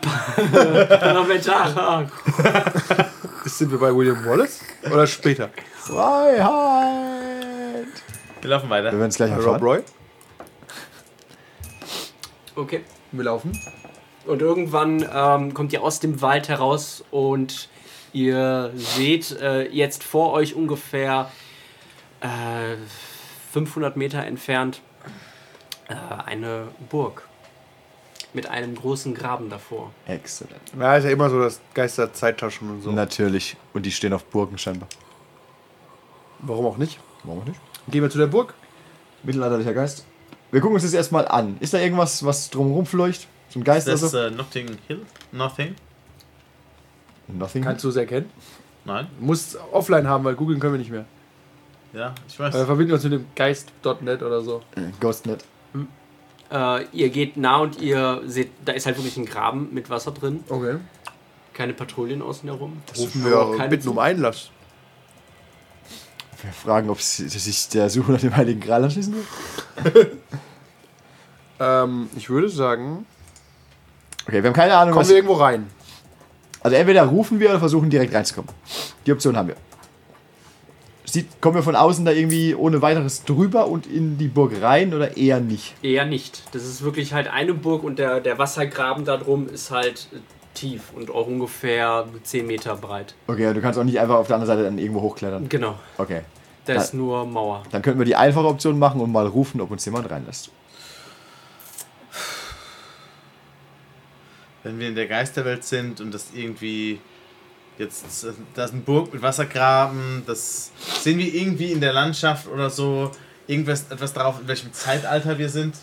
[SPEAKER 6] Parlamentarier.
[SPEAKER 4] Sind wir bei William Wallace? Oder später?
[SPEAKER 3] Freiheit!
[SPEAKER 5] Wir laufen
[SPEAKER 3] Wir
[SPEAKER 5] weiter.
[SPEAKER 3] werden es gleich
[SPEAKER 4] Rob
[SPEAKER 3] erfahren.
[SPEAKER 4] Roy?
[SPEAKER 6] Okay.
[SPEAKER 7] Wir laufen.
[SPEAKER 6] Und irgendwann ähm, kommt ihr aus dem Wald heraus und ihr seht äh, jetzt vor euch ungefähr äh, 500 Meter entfernt äh, eine Burg mit einem großen Graben davor.
[SPEAKER 3] Exzellent.
[SPEAKER 4] Ja, ist ja immer so, dass Geister Zeittaschen und so.
[SPEAKER 3] Natürlich. Und die stehen auf Burgen scheinbar.
[SPEAKER 4] Warum auch nicht?
[SPEAKER 3] Warum auch nicht?
[SPEAKER 4] Gehen wir zu der Burg.
[SPEAKER 3] Mittelalterlicher Geist. Wir gucken uns das erstmal an. Ist da irgendwas, was drumherum fleucht? So ein Geist
[SPEAKER 5] Das ist
[SPEAKER 3] also?
[SPEAKER 5] äh, Notting Hill? Nothing?
[SPEAKER 3] Nothing.
[SPEAKER 7] Kannst du es erkennen?
[SPEAKER 5] Nein?
[SPEAKER 7] Muss offline haben, weil googeln können wir nicht mehr.
[SPEAKER 5] Ja, ich weiß.
[SPEAKER 7] Äh, verbinden wir uns mit dem Geist.net oder so.
[SPEAKER 3] Ghostnet.
[SPEAKER 6] Äh, ihr geht nah und ihr seht, da ist halt wirklich ein Graben mit Wasser drin.
[SPEAKER 7] Okay.
[SPEAKER 6] Keine Patrouillen außen herum.
[SPEAKER 4] Rufen
[SPEAKER 6] aber
[SPEAKER 4] wir
[SPEAKER 6] keine
[SPEAKER 4] bitten um
[SPEAKER 6] zu-
[SPEAKER 4] Einlass.
[SPEAKER 3] Wir fragen, ob sie dass sich der Suche nach dem Heiligen Gral anschließen will.
[SPEAKER 4] Ähm, ich würde sagen,
[SPEAKER 3] Okay, wir haben keine Ahnung,
[SPEAKER 4] kommen
[SPEAKER 3] was.
[SPEAKER 4] wir irgendwo rein.
[SPEAKER 3] Also entweder rufen wir oder versuchen direkt reinzukommen. Die Option haben wir. Sieht, kommen wir von außen da irgendwie ohne weiteres drüber und in die Burg rein oder eher nicht?
[SPEAKER 6] Eher nicht. Das ist wirklich halt eine Burg und der, der Wassergraben da drum ist halt äh, tief und auch ungefähr 10 Meter breit.
[SPEAKER 3] Okay, du kannst auch nicht einfach auf der anderen Seite dann irgendwo hochklettern.
[SPEAKER 6] Genau.
[SPEAKER 3] Okay.
[SPEAKER 6] Da
[SPEAKER 3] Ja.
[SPEAKER 6] ist nur Mauer.
[SPEAKER 3] Dann könnten wir die einfache Option machen und mal rufen, ob uns jemand reinlässt.
[SPEAKER 5] Wenn wir in der Geisterwelt sind und das irgendwie. Jetzt, äh, da ist eine Burg mit Wassergraben, das sehen wir irgendwie in der Landschaft oder so, irgendwas etwas darauf, in welchem Zeitalter wir sind.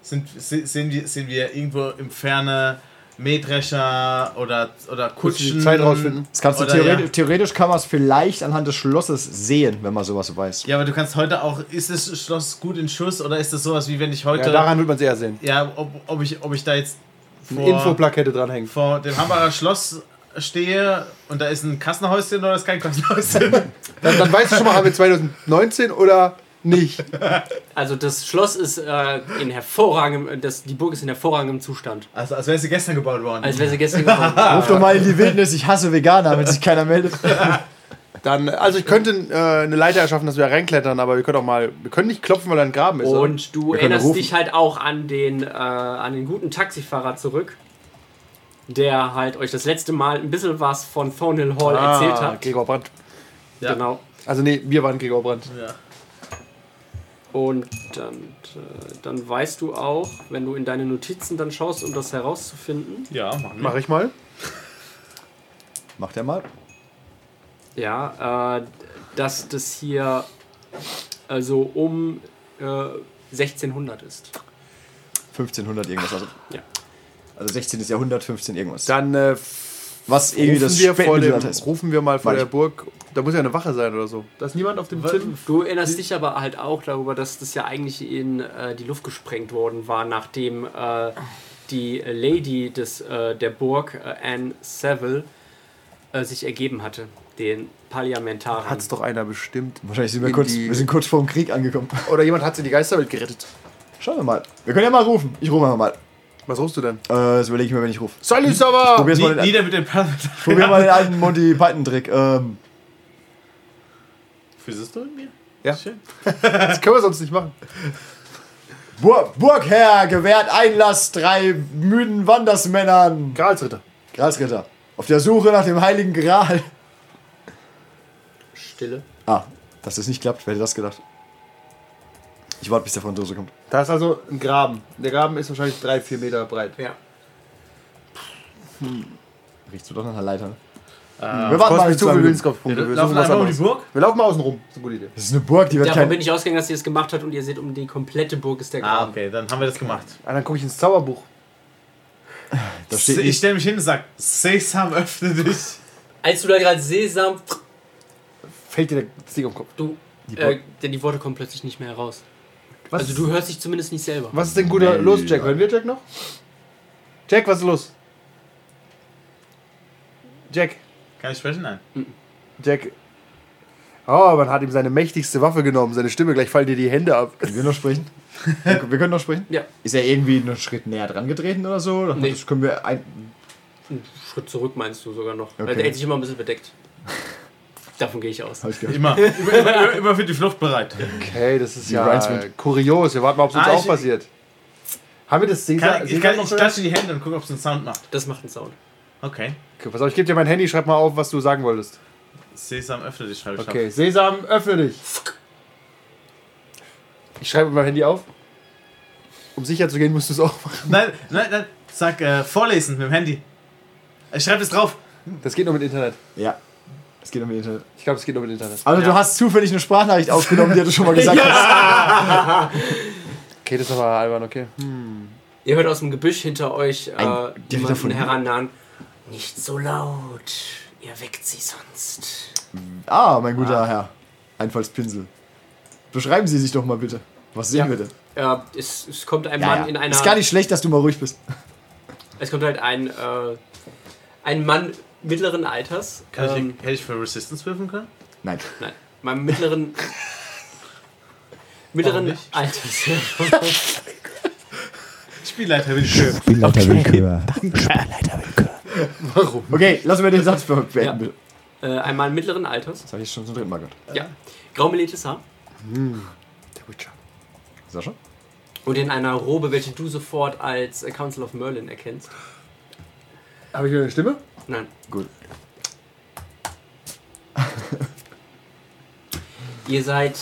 [SPEAKER 5] sind se- sehen, wir, sehen wir irgendwo im Ferne Mähdrescher oder, oder
[SPEAKER 4] Musst du die
[SPEAKER 5] Kutschen?
[SPEAKER 4] Zeit rausfinden.
[SPEAKER 3] Das kannst du
[SPEAKER 5] Oder
[SPEAKER 3] theoretisch,
[SPEAKER 5] ja.
[SPEAKER 3] theoretisch kann man es vielleicht anhand des Schlosses sehen, wenn man sowas weiß.
[SPEAKER 5] Ja, aber du kannst heute auch, ist das Schloss gut in Schuss oder ist das sowas wie wenn ich
[SPEAKER 4] Ja,
[SPEAKER 5] heute, ja,
[SPEAKER 4] daran wird man es eher sehen.
[SPEAKER 5] ob, ob, ich, ob ich da jetzt
[SPEAKER 4] Eine Infoplakette dranhängen.
[SPEAKER 5] vor dem Hambacher Schloss stehe und da ist ein Kassenhäuschen oder ist kein Kassenhäuschen?
[SPEAKER 4] Dann, dann weißt du schon mal, haben wir 2019 oder nicht.
[SPEAKER 6] Also das Schloss ist äh, in hervorragendem, das, die Burg ist in hervorragendem Zustand.
[SPEAKER 5] also als wäre sie gestern gebaut worden.
[SPEAKER 6] Als wäre sie gestern gekommen.
[SPEAKER 3] Ruf doch mal in die Wildnis, ich hasse Veganer, wenn sich keiner meldet.
[SPEAKER 4] Dann, also ich könnte äh, eine Leiter erschaffen, dass wir reinklettern, aber wir können auch mal, wir können nicht klopfen, weil da ein Graben ist. oder?
[SPEAKER 6] Und du
[SPEAKER 3] Wir können
[SPEAKER 6] erinnerst
[SPEAKER 3] rufen.
[SPEAKER 6] dich halt auch an den, äh, an den guten Taxifahrer zurück, der halt euch das letzte Mal ein bisschen was von Thornhill Hall
[SPEAKER 4] ah,
[SPEAKER 6] erzählt hat.
[SPEAKER 4] Gregor Brandt.
[SPEAKER 5] Ja.
[SPEAKER 6] Genau.
[SPEAKER 4] Also nee, wir waren Gregor Brandt.
[SPEAKER 5] ja.
[SPEAKER 6] Und dann, äh, dann weißt du auch, wenn du in deine Notizen dann schaust, um das herauszufinden.
[SPEAKER 5] ja, machen wir.
[SPEAKER 4] Mach ich mal.
[SPEAKER 3] Macht er mal.
[SPEAKER 6] Ja, äh, dass das hier also um äh, 1600 ist.
[SPEAKER 3] 1500 irgendwas. Also,
[SPEAKER 6] Ja.
[SPEAKER 3] also 16. Jahrhundert, 15 irgendwas.
[SPEAKER 4] Dann äh,
[SPEAKER 3] Was irgendwie
[SPEAKER 4] rufen,
[SPEAKER 3] das
[SPEAKER 4] wir vor dem,
[SPEAKER 3] Spätmittelalter ist.
[SPEAKER 4] rufen wir mal vor
[SPEAKER 3] Weil
[SPEAKER 4] der
[SPEAKER 3] ich-
[SPEAKER 4] Burg. Da muss ja eine Wache sein oder so.
[SPEAKER 7] Da ist niemand auf dem Zinn.
[SPEAKER 6] Ähm, Du erinnerst dich aber halt auch darüber, dass das ja eigentlich in äh, die Luft gesprengt worden war, nachdem äh, die Lady des, äh, der Burg, äh, Anne Saville, äh, sich ergeben hatte, den Parlamentariern.
[SPEAKER 4] Hat's doch einer bestimmt.
[SPEAKER 3] Wahrscheinlich sind wir
[SPEAKER 4] In
[SPEAKER 3] kurz,
[SPEAKER 4] die-
[SPEAKER 3] wir sind kurz vor dem Krieg angekommen.
[SPEAKER 4] Oder jemand hat sie in die Geisterwelt gerettet.
[SPEAKER 3] Schauen wir mal. Wir können ja mal rufen. Ich rufe einfach mal.
[SPEAKER 4] Was rufst du denn?
[SPEAKER 3] Äh, das überlege ich mir, wenn ich rufe.
[SPEAKER 4] Salut, Sava!
[SPEAKER 3] Probier's mal
[SPEAKER 5] Ah, Nie,
[SPEAKER 3] den,
[SPEAKER 5] nieder mit dem Parlament.
[SPEAKER 3] probier mal den alten Monty Python-Trick. Ähm,
[SPEAKER 5] Füßest du in mir?
[SPEAKER 4] Ja.
[SPEAKER 5] Schön.
[SPEAKER 4] Das können wir sonst nicht machen.
[SPEAKER 3] Bur Burgherr gewährt Einlass drei müden Wandersmännern.
[SPEAKER 4] Gralsritter.
[SPEAKER 3] Gralsritter. Auf der Suche nach dem Heiligen Gral.
[SPEAKER 6] Stille.
[SPEAKER 3] Ah, dass das nicht klappt, wer hätte das gedacht? Ich warte, bis der Franzose kommt.
[SPEAKER 4] Da ist also ein Graben. Der Graben ist wahrscheinlich drei, vier Meter breit.
[SPEAKER 6] Ja.
[SPEAKER 3] Riechst du doch nach einer Leiter? ne?
[SPEAKER 4] Wir warten mal
[SPEAKER 3] Kostet
[SPEAKER 4] zu viele
[SPEAKER 3] zusammen.
[SPEAKER 4] Willenskraftpunkte. Wir,
[SPEAKER 5] Laufen
[SPEAKER 4] suchen was
[SPEAKER 5] einfach um die
[SPEAKER 4] anderes.
[SPEAKER 5] Burg?
[SPEAKER 4] wir laufen mal außen rum. Das ist eine gute Idee.
[SPEAKER 3] Das ist eine Burg, die wird
[SPEAKER 6] Davon bin
[SPEAKER 3] kein.
[SPEAKER 6] ich ausgegangen, dass ihr es gemacht habt und ihr seht, um die komplette Burg ist der
[SPEAKER 5] Ah,
[SPEAKER 6] Graben.
[SPEAKER 5] okay, dann haben wir das gemacht.
[SPEAKER 4] Ah, dann gucke ich ins Zauberbuch.
[SPEAKER 3] Da steht
[SPEAKER 5] Ich
[SPEAKER 3] nicht.
[SPEAKER 5] stelle mich hin und sag, Sesam, öffne dich.
[SPEAKER 6] Als du da gerade Sesam,
[SPEAKER 4] Fällt dir der Stick auf den Kopf.
[SPEAKER 6] du,
[SPEAKER 3] Die
[SPEAKER 6] äh, denn die Worte kommen plötzlich nicht mehr heraus.
[SPEAKER 4] Was,
[SPEAKER 6] Also du hörst dich zumindest nicht selber.
[SPEAKER 4] was ist denn guter
[SPEAKER 3] Nee,
[SPEAKER 4] los, Jack?
[SPEAKER 3] ja.
[SPEAKER 4] Hören wir Jack noch? Jack, was ist los? Jack,
[SPEAKER 5] Kann ich sprechen? Nein.
[SPEAKER 4] Jack. Oh, man hat ihm seine mächtigste Waffe genommen, seine Stimme. Gleich fallen dir die Hände ab.
[SPEAKER 3] Können wir noch sprechen? Wir wir können noch sprechen?
[SPEAKER 6] Ja.
[SPEAKER 3] Ist er irgendwie einen Schritt näher dran getreten oder so? Oder
[SPEAKER 6] Nee.
[SPEAKER 3] Das können wir ein,
[SPEAKER 6] Einen Schritt zurück meinst du sogar noch.
[SPEAKER 3] Okay.
[SPEAKER 6] Weil der hält sich immer ein bisschen bedeckt. Davon gehe ich aus.
[SPEAKER 3] Hab ich gehört.
[SPEAKER 5] Immer. immer, immer, immer für die Flucht bereit.
[SPEAKER 4] Okay, das ist
[SPEAKER 3] Die
[SPEAKER 4] ja
[SPEAKER 3] Rhineswind.
[SPEAKER 4] kurios. Wir warten mal, ob es uns
[SPEAKER 5] Ah,
[SPEAKER 4] auch
[SPEAKER 5] ich-
[SPEAKER 4] passiert. Haben wir das Sesam?
[SPEAKER 5] Kann, ich
[SPEAKER 4] Sesam
[SPEAKER 5] kann,
[SPEAKER 4] noch
[SPEAKER 5] ich
[SPEAKER 4] gehört?
[SPEAKER 5] klatsche in die Hände und gucke, ob es einen Sound macht.
[SPEAKER 6] Das macht einen Sound.
[SPEAKER 5] Okay.
[SPEAKER 4] Okay, pass auf, ich gebe dir mein Handy, schreib mal auf, was du sagen wolltest.
[SPEAKER 5] Sesam, öffne dich, schreibe ich
[SPEAKER 4] Okay, Sesam, öffne dich. Ich schreibe mein Handy auf. Um sicher zu gehen, musst du es auch machen.
[SPEAKER 5] auf. Nein, nein, nein. Sag, äh, vorlesen mit dem Handy. Ich schreibe es drauf.
[SPEAKER 4] Das geht nur mit Internet.
[SPEAKER 3] Ja. Es geht um die Internet.
[SPEAKER 4] Ich glaube, es geht nur mit Internet.
[SPEAKER 3] Also du hast zufällig eine Sprachnachricht aufgenommen, die du schon mal gesagt hast.
[SPEAKER 4] Okay, das ist aber albern, okay.
[SPEAKER 6] Ihr hört aus dem Gebüsch hinter euch äh,
[SPEAKER 3] Ein- direkt
[SPEAKER 6] jemanden
[SPEAKER 3] davon.
[SPEAKER 6] herannahen. Nicht so laut. Ihr weckt sie sonst.
[SPEAKER 3] Ah, mein guter Herr. Einfallspinsel. Beschreiben Sie sich doch mal bitte. Was sehen wir denn?
[SPEAKER 6] Äh, es, es kommt ein
[SPEAKER 3] Ja,
[SPEAKER 6] Mann
[SPEAKER 3] ja.
[SPEAKER 6] in einer.
[SPEAKER 3] Ist gar nicht schlecht, dass du mal ruhig bist.
[SPEAKER 6] Es kommt halt ein, äh, ein Mann mittleren Alters.
[SPEAKER 5] Kann
[SPEAKER 6] ähm,
[SPEAKER 5] ich, hätte ich für Resistance würfeln können?
[SPEAKER 3] Nein.
[SPEAKER 6] Nein, meinem mittleren. mittleren
[SPEAKER 5] nicht?
[SPEAKER 6] Alters.
[SPEAKER 5] Spielleiter will ich schön.
[SPEAKER 3] Okay, lassen wir den Satz be- beenden.
[SPEAKER 6] Ja.
[SPEAKER 3] bitte.
[SPEAKER 6] äh, ein Mann mittleren Alters.
[SPEAKER 3] Das habe ich schon zum dritten Mal gehört.
[SPEAKER 6] Ja. Graumeliertes Haar.
[SPEAKER 3] Sascha?
[SPEAKER 6] Und in einer Robe, welche du sofort als äh, Council of Merlin erkennst.
[SPEAKER 4] Habe ich wieder eine Stimme?
[SPEAKER 6] Nein.
[SPEAKER 3] Gut.
[SPEAKER 6] Ihr seid.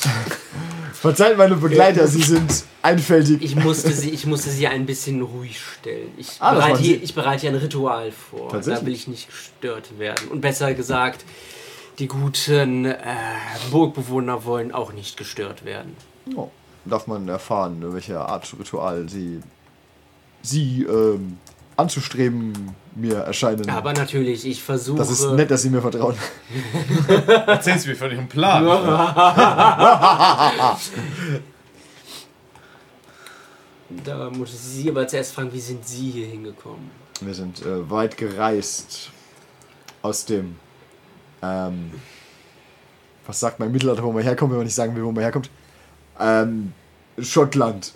[SPEAKER 3] Verzeiht meine Begleiter, sie sind einfältig.
[SPEAKER 6] Ich musste sie, ich musste sie ein bisschen ruhig stellen. Ich,
[SPEAKER 3] Ah, das
[SPEAKER 6] bereite,
[SPEAKER 3] waren
[SPEAKER 6] hier,
[SPEAKER 3] Sie.
[SPEAKER 6] ich bereite hier ein Ritual vor. Da
[SPEAKER 3] Tatsächlich?
[SPEAKER 6] will ich nicht gestört werden. Und besser gesagt, die guten äh, Burgbewohner wollen auch nicht gestört werden.
[SPEAKER 3] Oh, darf man erfahren, ne, welche Art Ritual sie, sie ähm, anzustreben mir erscheinen.
[SPEAKER 6] Aber natürlich, ich versuche.
[SPEAKER 3] Mhm. das ist nett, dass sie mir vertrauen.
[SPEAKER 5] Erzählen Sie mir von Ihrem Plan.
[SPEAKER 6] Da muss ich Sie aber zuerst fragen, wie sind Sie hier hingekommen?
[SPEAKER 3] Wir sind äh, weit gereist aus dem. Ähm, was sagt mein Mittelalter, wo man herkommt, wenn man nicht sagen will, wo man herkommt? Ähm, Schottland.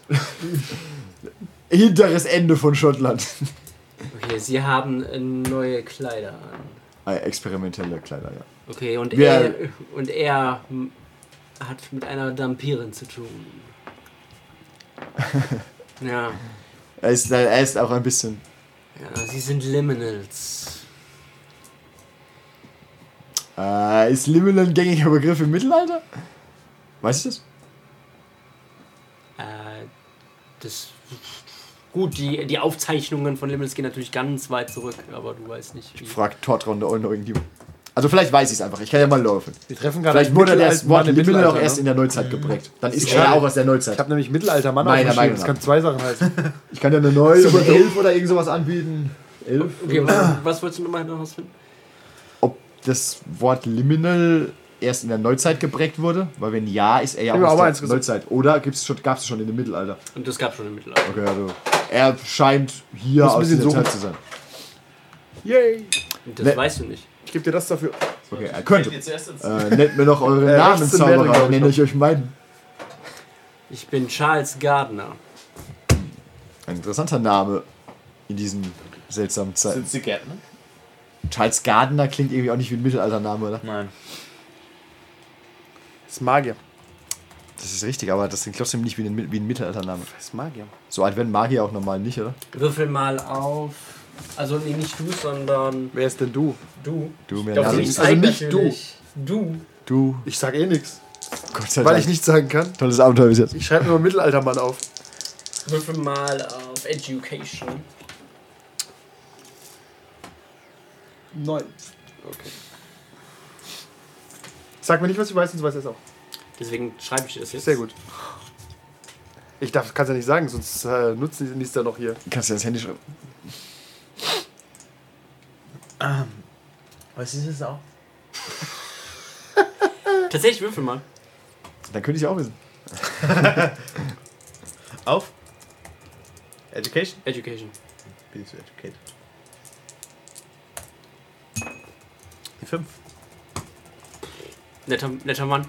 [SPEAKER 3] Hinteres Ende von Schottland.
[SPEAKER 6] Okay, Sie haben äh, neue Kleider an.
[SPEAKER 3] Äh, experimentelle Kleider, ja.
[SPEAKER 6] Okay, und
[SPEAKER 3] Wir-
[SPEAKER 6] er, und er hm, hat mit einer Vampirin zu tun. ja,
[SPEAKER 3] Er ist, er ist auch ein bisschen.
[SPEAKER 6] ja, Sie sind Liminals.
[SPEAKER 3] Äh, ist Liminal ein gängiger Begriff im Mittelalter? Weiß ich das?
[SPEAKER 6] Äh, das. Gut, die, die Aufzeichnungen von Liminals gehen natürlich ganz weit zurück, aber du weißt nicht. Wie.
[SPEAKER 3] Fragt Tortron der Olden Liebe. Also vielleicht weiß ich es einfach, ich kann ja mal laufen.
[SPEAKER 4] Wir treffen gerade
[SPEAKER 3] Vielleicht
[SPEAKER 4] einen
[SPEAKER 3] wurde das
[SPEAKER 4] mittelalten Mann
[SPEAKER 3] Wort
[SPEAKER 4] im
[SPEAKER 3] Liminal auch
[SPEAKER 4] Mittelalter,
[SPEAKER 3] erst
[SPEAKER 4] ne?
[SPEAKER 3] in der Neuzeit geprägt. Dann ist
[SPEAKER 4] Schade.
[SPEAKER 3] er ja auch aus der
[SPEAKER 4] Ich
[SPEAKER 3] Neuzeit.
[SPEAKER 4] habe nämlich Mittelalter Mann
[SPEAKER 3] Meiner
[SPEAKER 4] aufgeschrieben.
[SPEAKER 3] Meinung
[SPEAKER 4] Das
[SPEAKER 3] nach.
[SPEAKER 4] kann zwei Sachen heißen.
[SPEAKER 3] Ich kann ja eine neue über 11 oder irgend sowas anbieten. 11?
[SPEAKER 6] Okay, was, was wolltest du nochmal herausfinden?
[SPEAKER 3] Ob das Wort Liminal erst in der Neuzeit geprägt wurde? Weil wenn ja, ist er ja
[SPEAKER 4] Ich hab
[SPEAKER 3] auch
[SPEAKER 4] auch mal
[SPEAKER 3] aus
[SPEAKER 4] eins
[SPEAKER 3] der
[SPEAKER 4] gesagt.
[SPEAKER 3] Neuzeit. Oder gibt's schon, gab es schon in dem Mittelalter?
[SPEAKER 6] Und das gab schon im Mittelalter.
[SPEAKER 3] Okay, also er scheint hier
[SPEAKER 4] Muss ein
[SPEAKER 3] aus
[SPEAKER 4] bisschen
[SPEAKER 3] dieser
[SPEAKER 4] suchen.
[SPEAKER 3] Zeit zu sein.
[SPEAKER 4] Yay!
[SPEAKER 6] Und Das
[SPEAKER 3] Ne-
[SPEAKER 6] weißt du nicht.
[SPEAKER 4] Ich gebe dir das dafür.
[SPEAKER 3] Okay, er
[SPEAKER 5] Könnt
[SPEAKER 3] könnte.
[SPEAKER 5] ihr zuerst ins
[SPEAKER 3] Äh, nennt mir noch eure
[SPEAKER 4] Äh,
[SPEAKER 3] Namen,
[SPEAKER 4] rechts in Berlin, glaub
[SPEAKER 3] Zauberer,
[SPEAKER 4] ich
[SPEAKER 3] nenne ich euch meinen.
[SPEAKER 6] Ich bin Charles Gardner.
[SPEAKER 3] Ein interessanter Name in diesen seltsamen Zeiten.
[SPEAKER 5] Sind Sie Gärtner?
[SPEAKER 3] Charles Gardner klingt irgendwie auch nicht wie ein Mittelaltername, oder?
[SPEAKER 5] Nein.
[SPEAKER 4] Das ist Magier.
[SPEAKER 3] Das ist richtig, aber das klingt trotzdem nicht wie ein, wie ein Mittelaltername.
[SPEAKER 4] Das ist Magier.
[SPEAKER 3] So alt werden Magier auch normal nicht, oder?
[SPEAKER 6] Würfel mal auf. Also, nee, nicht du, sondern
[SPEAKER 4] Wer ist denn du?
[SPEAKER 6] du.
[SPEAKER 3] Du, mir
[SPEAKER 6] Ja,
[SPEAKER 4] Also
[SPEAKER 6] also
[SPEAKER 4] nicht-
[SPEAKER 6] nicht,
[SPEAKER 4] also
[SPEAKER 6] nicht
[SPEAKER 4] nicht du.
[SPEAKER 6] du. Du.
[SPEAKER 3] Du,
[SPEAKER 4] Ich sag eh nichts,
[SPEAKER 3] Gott sei Dank.
[SPEAKER 4] weil ich nichts sagen kann.
[SPEAKER 3] Tolles Abenteuer bis jetzt.
[SPEAKER 4] Ich schreibe nur Mittelaltermann auf.
[SPEAKER 6] Würfel mal auf Education.
[SPEAKER 4] Neun. Okay. Sag mir nicht, was ich weiß, sonst weiß er es auch.
[SPEAKER 6] Deswegen schreibe ich dir das jetzt.
[SPEAKER 4] Sehr gut. Ich darf, kann's ja nicht sagen, sonst äh, nutzen die Niester noch hier.
[SPEAKER 3] Kannst du dir das Handy schreiben?
[SPEAKER 5] Was ist es auch?
[SPEAKER 6] Tatsächlich würfel mal.
[SPEAKER 3] Dann könnte ich ja auch wissen.
[SPEAKER 5] Auf? Education?
[SPEAKER 6] Education.
[SPEAKER 5] Bin ich so educated. Die 5.
[SPEAKER 6] Netter, netter Mann.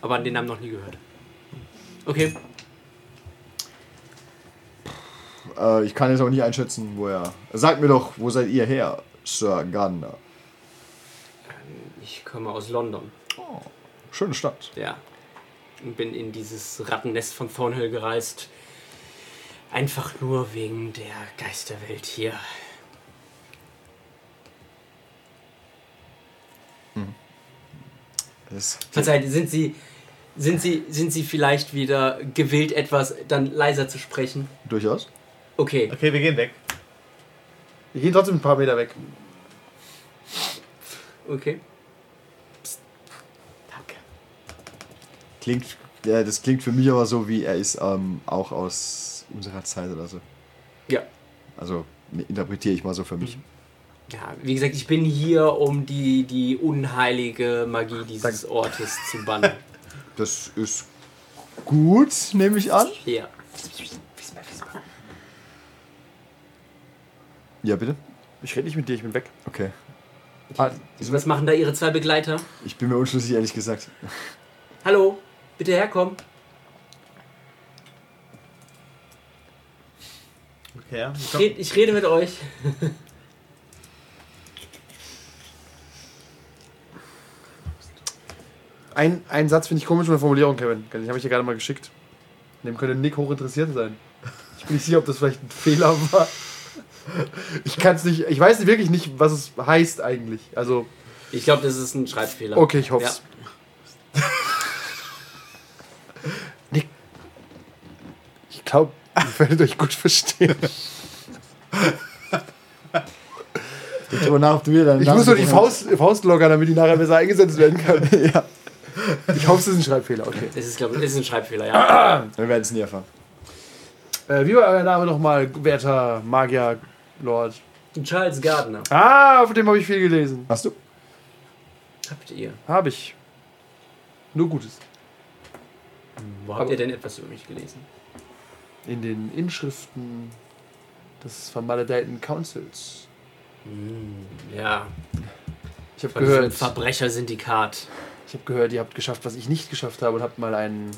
[SPEAKER 6] Aber an den Namen noch nie gehört. Okay,
[SPEAKER 3] Äh, ich kann jetzt auch nicht einschätzen, wo er. Sagt mir doch, wo seid ihr her, Sir Gardner?
[SPEAKER 6] ich komme aus London.
[SPEAKER 3] Schöne Stadt.
[SPEAKER 6] Ja. Und bin in dieses Rattennest von Thornhill gereist. Einfach nur wegen der Geisterwelt hier.
[SPEAKER 3] Das
[SPEAKER 6] Verzeiht, sind Sie, sind Sie, sind Sie vielleicht wieder gewillt, etwas dann leiser zu sprechen?
[SPEAKER 3] durchaus.
[SPEAKER 6] Okay.
[SPEAKER 5] Okay, wir gehen weg.
[SPEAKER 4] Wir gehen trotzdem ein paar Meter weg.
[SPEAKER 6] Okay. Psst. Danke.
[SPEAKER 3] Klingt, ja, das klingt für mich aber so, wie er ist ähm, auch aus unserer Zeit oder so.
[SPEAKER 6] Ja.
[SPEAKER 3] Also interpretiere ich mal so für mich.
[SPEAKER 6] Ja, wie gesagt, ich bin hier, um die, die unheilige Magie dieses Ortes zu bannen.
[SPEAKER 3] Das ist gut, nehme ich an.
[SPEAKER 6] Ja.
[SPEAKER 3] Ja, bitte.
[SPEAKER 8] Ich rede nicht mit dir, ich bin weg.
[SPEAKER 3] Okay.
[SPEAKER 6] Was machen da Ihre zwei Begleiter?
[SPEAKER 3] Ich bin mir unschlüssig, ehrlich gesagt.
[SPEAKER 6] Hallo, bitte herkommen.
[SPEAKER 5] Okay, ja.
[SPEAKER 6] Ich red- Ich rede mit euch.
[SPEAKER 4] Ein, einen Satz finde ich komisch mit der Formulierung, Kevin. Den habe ich dir gerade mal geschickt. An Dem könnte Nick hochinteressiert sein. Ich bin nicht sicher, ob das vielleicht ein Fehler war. Ich kann es nicht, ich weiß wirklich nicht, was es heißt eigentlich. Also,
[SPEAKER 6] Ich glaube, das ist ein Schreibfehler.
[SPEAKER 4] okay, ich hoffe es. Nick, ich glaube, ihr werdet euch gut verstehen.
[SPEAKER 3] Denk drüber nach, ob du wieder deinen
[SPEAKER 4] Ich
[SPEAKER 3] Namen
[SPEAKER 4] muss nur die
[SPEAKER 3] gefunden
[SPEAKER 4] Faust, Faust lockern, damit die nachher besser eingesetzt werden kann. ja. Ich hoffe, es ist ein Schreibfehler, okay.
[SPEAKER 6] Das ist, glaube ich, das ist ein Schreibfehler, ja.
[SPEAKER 3] hast. Wir werden es nie erfahren.
[SPEAKER 4] Äh, wie war euer Name nochmal, werter Magier Lord?
[SPEAKER 6] Charles Gardner.
[SPEAKER 4] Ah, von dem habe ich viel gelesen.
[SPEAKER 3] Hast du?
[SPEAKER 6] Habt ihr?
[SPEAKER 4] Habe ich. Nur Gutes.
[SPEAKER 6] Wo habt
[SPEAKER 4] Aber-
[SPEAKER 6] ihr denn etwas über mich gelesen?
[SPEAKER 4] In den Inschriften des vermaledeiten Councils.
[SPEAKER 6] Ja,
[SPEAKER 4] Ich habe
[SPEAKER 6] von diesem
[SPEAKER 4] gehört,
[SPEAKER 6] Verbrechersyndikat.
[SPEAKER 4] ich hab gehört, ihr habt geschafft, was ich nicht geschafft habe und habt mal einen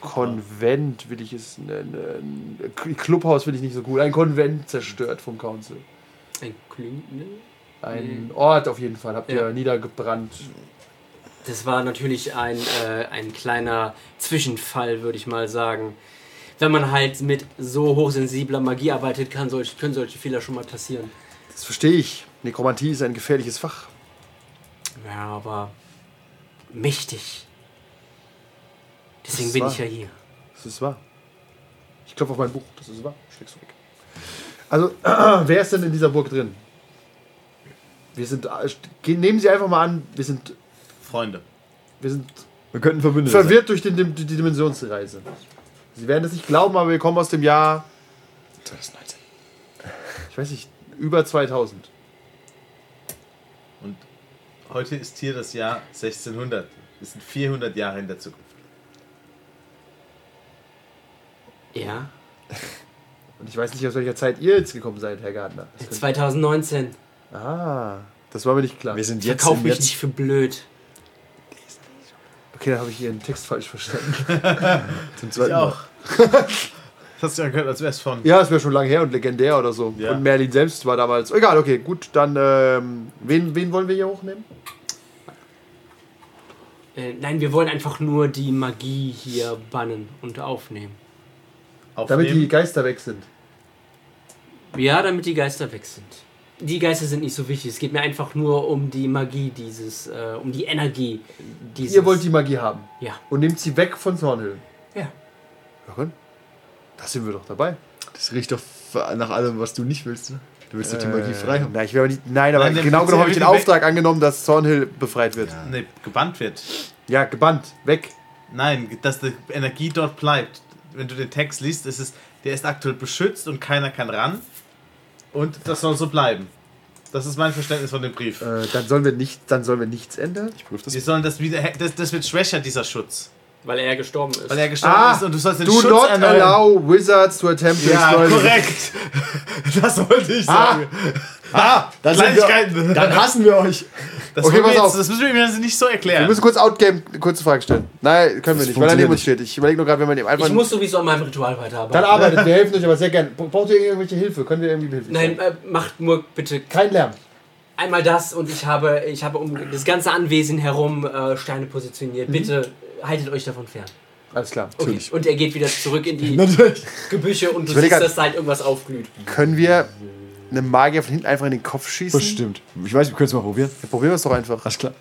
[SPEAKER 4] Konvent, will ich es nennen. äh, Clubhaus will ich nicht so gut. Ein Konvent zerstört vom Council.
[SPEAKER 6] Ein Klüngel?
[SPEAKER 4] Ein
[SPEAKER 3] Hm.
[SPEAKER 4] Ort auf jeden Fall habt ihr
[SPEAKER 6] Ja.
[SPEAKER 4] niedergebrannt.
[SPEAKER 6] Das war natürlich ein, äh, ein kleiner Zwischenfall, würde ich mal sagen. Wenn man halt mit so hochsensibler Magie arbeitet, kann solch, können solche Fehler schon mal passieren.
[SPEAKER 4] Das verstehe ich. Nekromantie ist ein gefährliches Fach.
[SPEAKER 6] Ja, aber mächtig. Deswegen
[SPEAKER 4] Das
[SPEAKER 6] bin
[SPEAKER 4] war-
[SPEAKER 6] ich ja hier.
[SPEAKER 4] Das ist wahr. Ich klopfe auf mein Buch. Das ist wahr. Schlägst du weg. Also, wer ist denn in dieser Burg drin? Wir sind. Gehen- Nehmen Sie einfach mal an, wir sind.
[SPEAKER 5] Freunde.
[SPEAKER 4] Wir sind
[SPEAKER 3] Wir könnten Verbündete
[SPEAKER 4] verwirrt durch den, die die Dimensionsreise. Sie werden es nicht glauben, aber wir kommen aus dem Jahr.
[SPEAKER 3] sein. Das ist 19.
[SPEAKER 4] Ich weiß nicht, über 2000.
[SPEAKER 5] Und heute ist hier das Jahr 1600. Wir sind 400 Jahre in der Zukunft.
[SPEAKER 6] Ja.
[SPEAKER 4] Und ich weiß nicht, aus welcher Zeit ihr jetzt gekommen seid, Herr Gardner. Das könnte-
[SPEAKER 6] 2019.
[SPEAKER 4] Ah, das war mir nicht klar.
[SPEAKER 3] Wir sind jetzt
[SPEAKER 6] Verkauf
[SPEAKER 3] im
[SPEAKER 6] mich
[SPEAKER 3] Jetzt.
[SPEAKER 6] nicht für blöd.
[SPEAKER 4] Okay, dann habe ich Ihren Text falsch verstanden.
[SPEAKER 3] Zum zweiten
[SPEAKER 5] Ich
[SPEAKER 3] Mal.
[SPEAKER 5] auch. das hast du ja gehört, als wär's von.
[SPEAKER 4] Ja, ist mir schon lange her und legendär oder so.
[SPEAKER 5] Ja.
[SPEAKER 4] Und Merlin selbst war damals. Egal, okay, gut, dann ähm, wen, wen wollen wir hier hochnehmen?
[SPEAKER 6] Äh, nein, wir wollen einfach nur die Magie hier bannen und aufnehmen.
[SPEAKER 4] Damit die
[SPEAKER 5] Aufnehmen.
[SPEAKER 4] Geister weg sind.
[SPEAKER 6] Ja, damit die Geister weg sind. Die Geister sind nicht so wichtig. Es geht mir einfach nur um die Magie dieses, äh, um die Energie dieses.
[SPEAKER 4] Ihr wollt die Magie haben
[SPEAKER 6] Ja.
[SPEAKER 4] und nehmt sie weg von Thornhill.
[SPEAKER 6] Ja.
[SPEAKER 4] Hören? Da sind wir doch dabei.
[SPEAKER 3] Das riecht doch nach allem, was du nicht willst. Ne? Du willst die Timothée frei haben.
[SPEAKER 4] Na, ich will aber nicht, nein, aber
[SPEAKER 5] Nein, dann
[SPEAKER 4] genau
[SPEAKER 5] willst
[SPEAKER 4] genommen
[SPEAKER 5] du
[SPEAKER 4] habe ich den
[SPEAKER 5] irgendwie
[SPEAKER 4] Auftrag angenommen, dass Thornhill befreit wird. Ja,
[SPEAKER 5] Ne, gebannt wird.
[SPEAKER 4] gebannt, weg.
[SPEAKER 5] Nein, dass die Energie dort bleibt. Wenn du den Text liest, ist es, der ist aktuell beschützt und keiner kann ran. Und das soll so bleiben. Das ist mein Verständnis von dem Brief.
[SPEAKER 4] Äh, dann, sollen wir nicht, dann sollen wir nichts ändern?
[SPEAKER 3] Ich prüfe das.
[SPEAKER 5] Wir sollen das wieder, das, das wird schwächer, dieser Schutz.
[SPEAKER 6] Weil er gestorben ist.
[SPEAKER 5] Weil er gestorben
[SPEAKER 4] Ah,
[SPEAKER 5] ist und du sollst den
[SPEAKER 4] Do
[SPEAKER 5] Schutz
[SPEAKER 4] not
[SPEAKER 5] erneuern.
[SPEAKER 4] allow wizards to attempt to
[SPEAKER 5] Ja,
[SPEAKER 4] exploit.
[SPEAKER 5] korrekt. Das wollte
[SPEAKER 4] Ah,
[SPEAKER 5] ich sagen.
[SPEAKER 3] Dann, sind wir,
[SPEAKER 5] Kleinigkeiten.
[SPEAKER 3] dann hassen wir euch.
[SPEAKER 5] Das,
[SPEAKER 4] Okay,
[SPEAKER 5] wollen wir
[SPEAKER 4] pass
[SPEAKER 5] jetzt,
[SPEAKER 4] auf.
[SPEAKER 5] das müssen wir ihm jetzt nicht so
[SPEAKER 4] Wir
[SPEAKER 5] erklären.
[SPEAKER 4] müssen kurz Outgame eine kurze Frage stellen. Nein, können wir
[SPEAKER 3] Das
[SPEAKER 4] nicht, weil er neben
[SPEAKER 3] funktioniert
[SPEAKER 4] uns steht. Ich überlege nur gerade, wenn man dem einfach.
[SPEAKER 6] ich muss sowieso an meinem Ritual weiterarbeiten.
[SPEAKER 4] dann arbeitet, wir helfen euch aber sehr gerne. Braucht ihr irgendwelche Hilfe? Können wir irgendwie Hilfe?
[SPEAKER 6] Nein, äh, macht nur bitte
[SPEAKER 4] Kein Lärm.
[SPEAKER 6] einmal das und ich habe, ich habe um das ganze Anwesen herum äh, Steine positioniert. Bitte
[SPEAKER 4] Mhm.
[SPEAKER 6] haltet euch davon fern.
[SPEAKER 4] Alles klar.
[SPEAKER 6] Okay. Und er geht wieder zurück in die
[SPEAKER 3] Natürlich.
[SPEAKER 6] Gebüsche und du
[SPEAKER 4] will
[SPEAKER 6] siehst,
[SPEAKER 4] grad-
[SPEAKER 6] dass da halt irgendwas aufglüht.
[SPEAKER 4] Können wir einem Magier von hinten einfach in den Kopf schießen?
[SPEAKER 3] Bestimmt. Ich weiß, wir können es mal probieren.
[SPEAKER 4] Probieren wir es doch einfach.
[SPEAKER 3] Alles klar.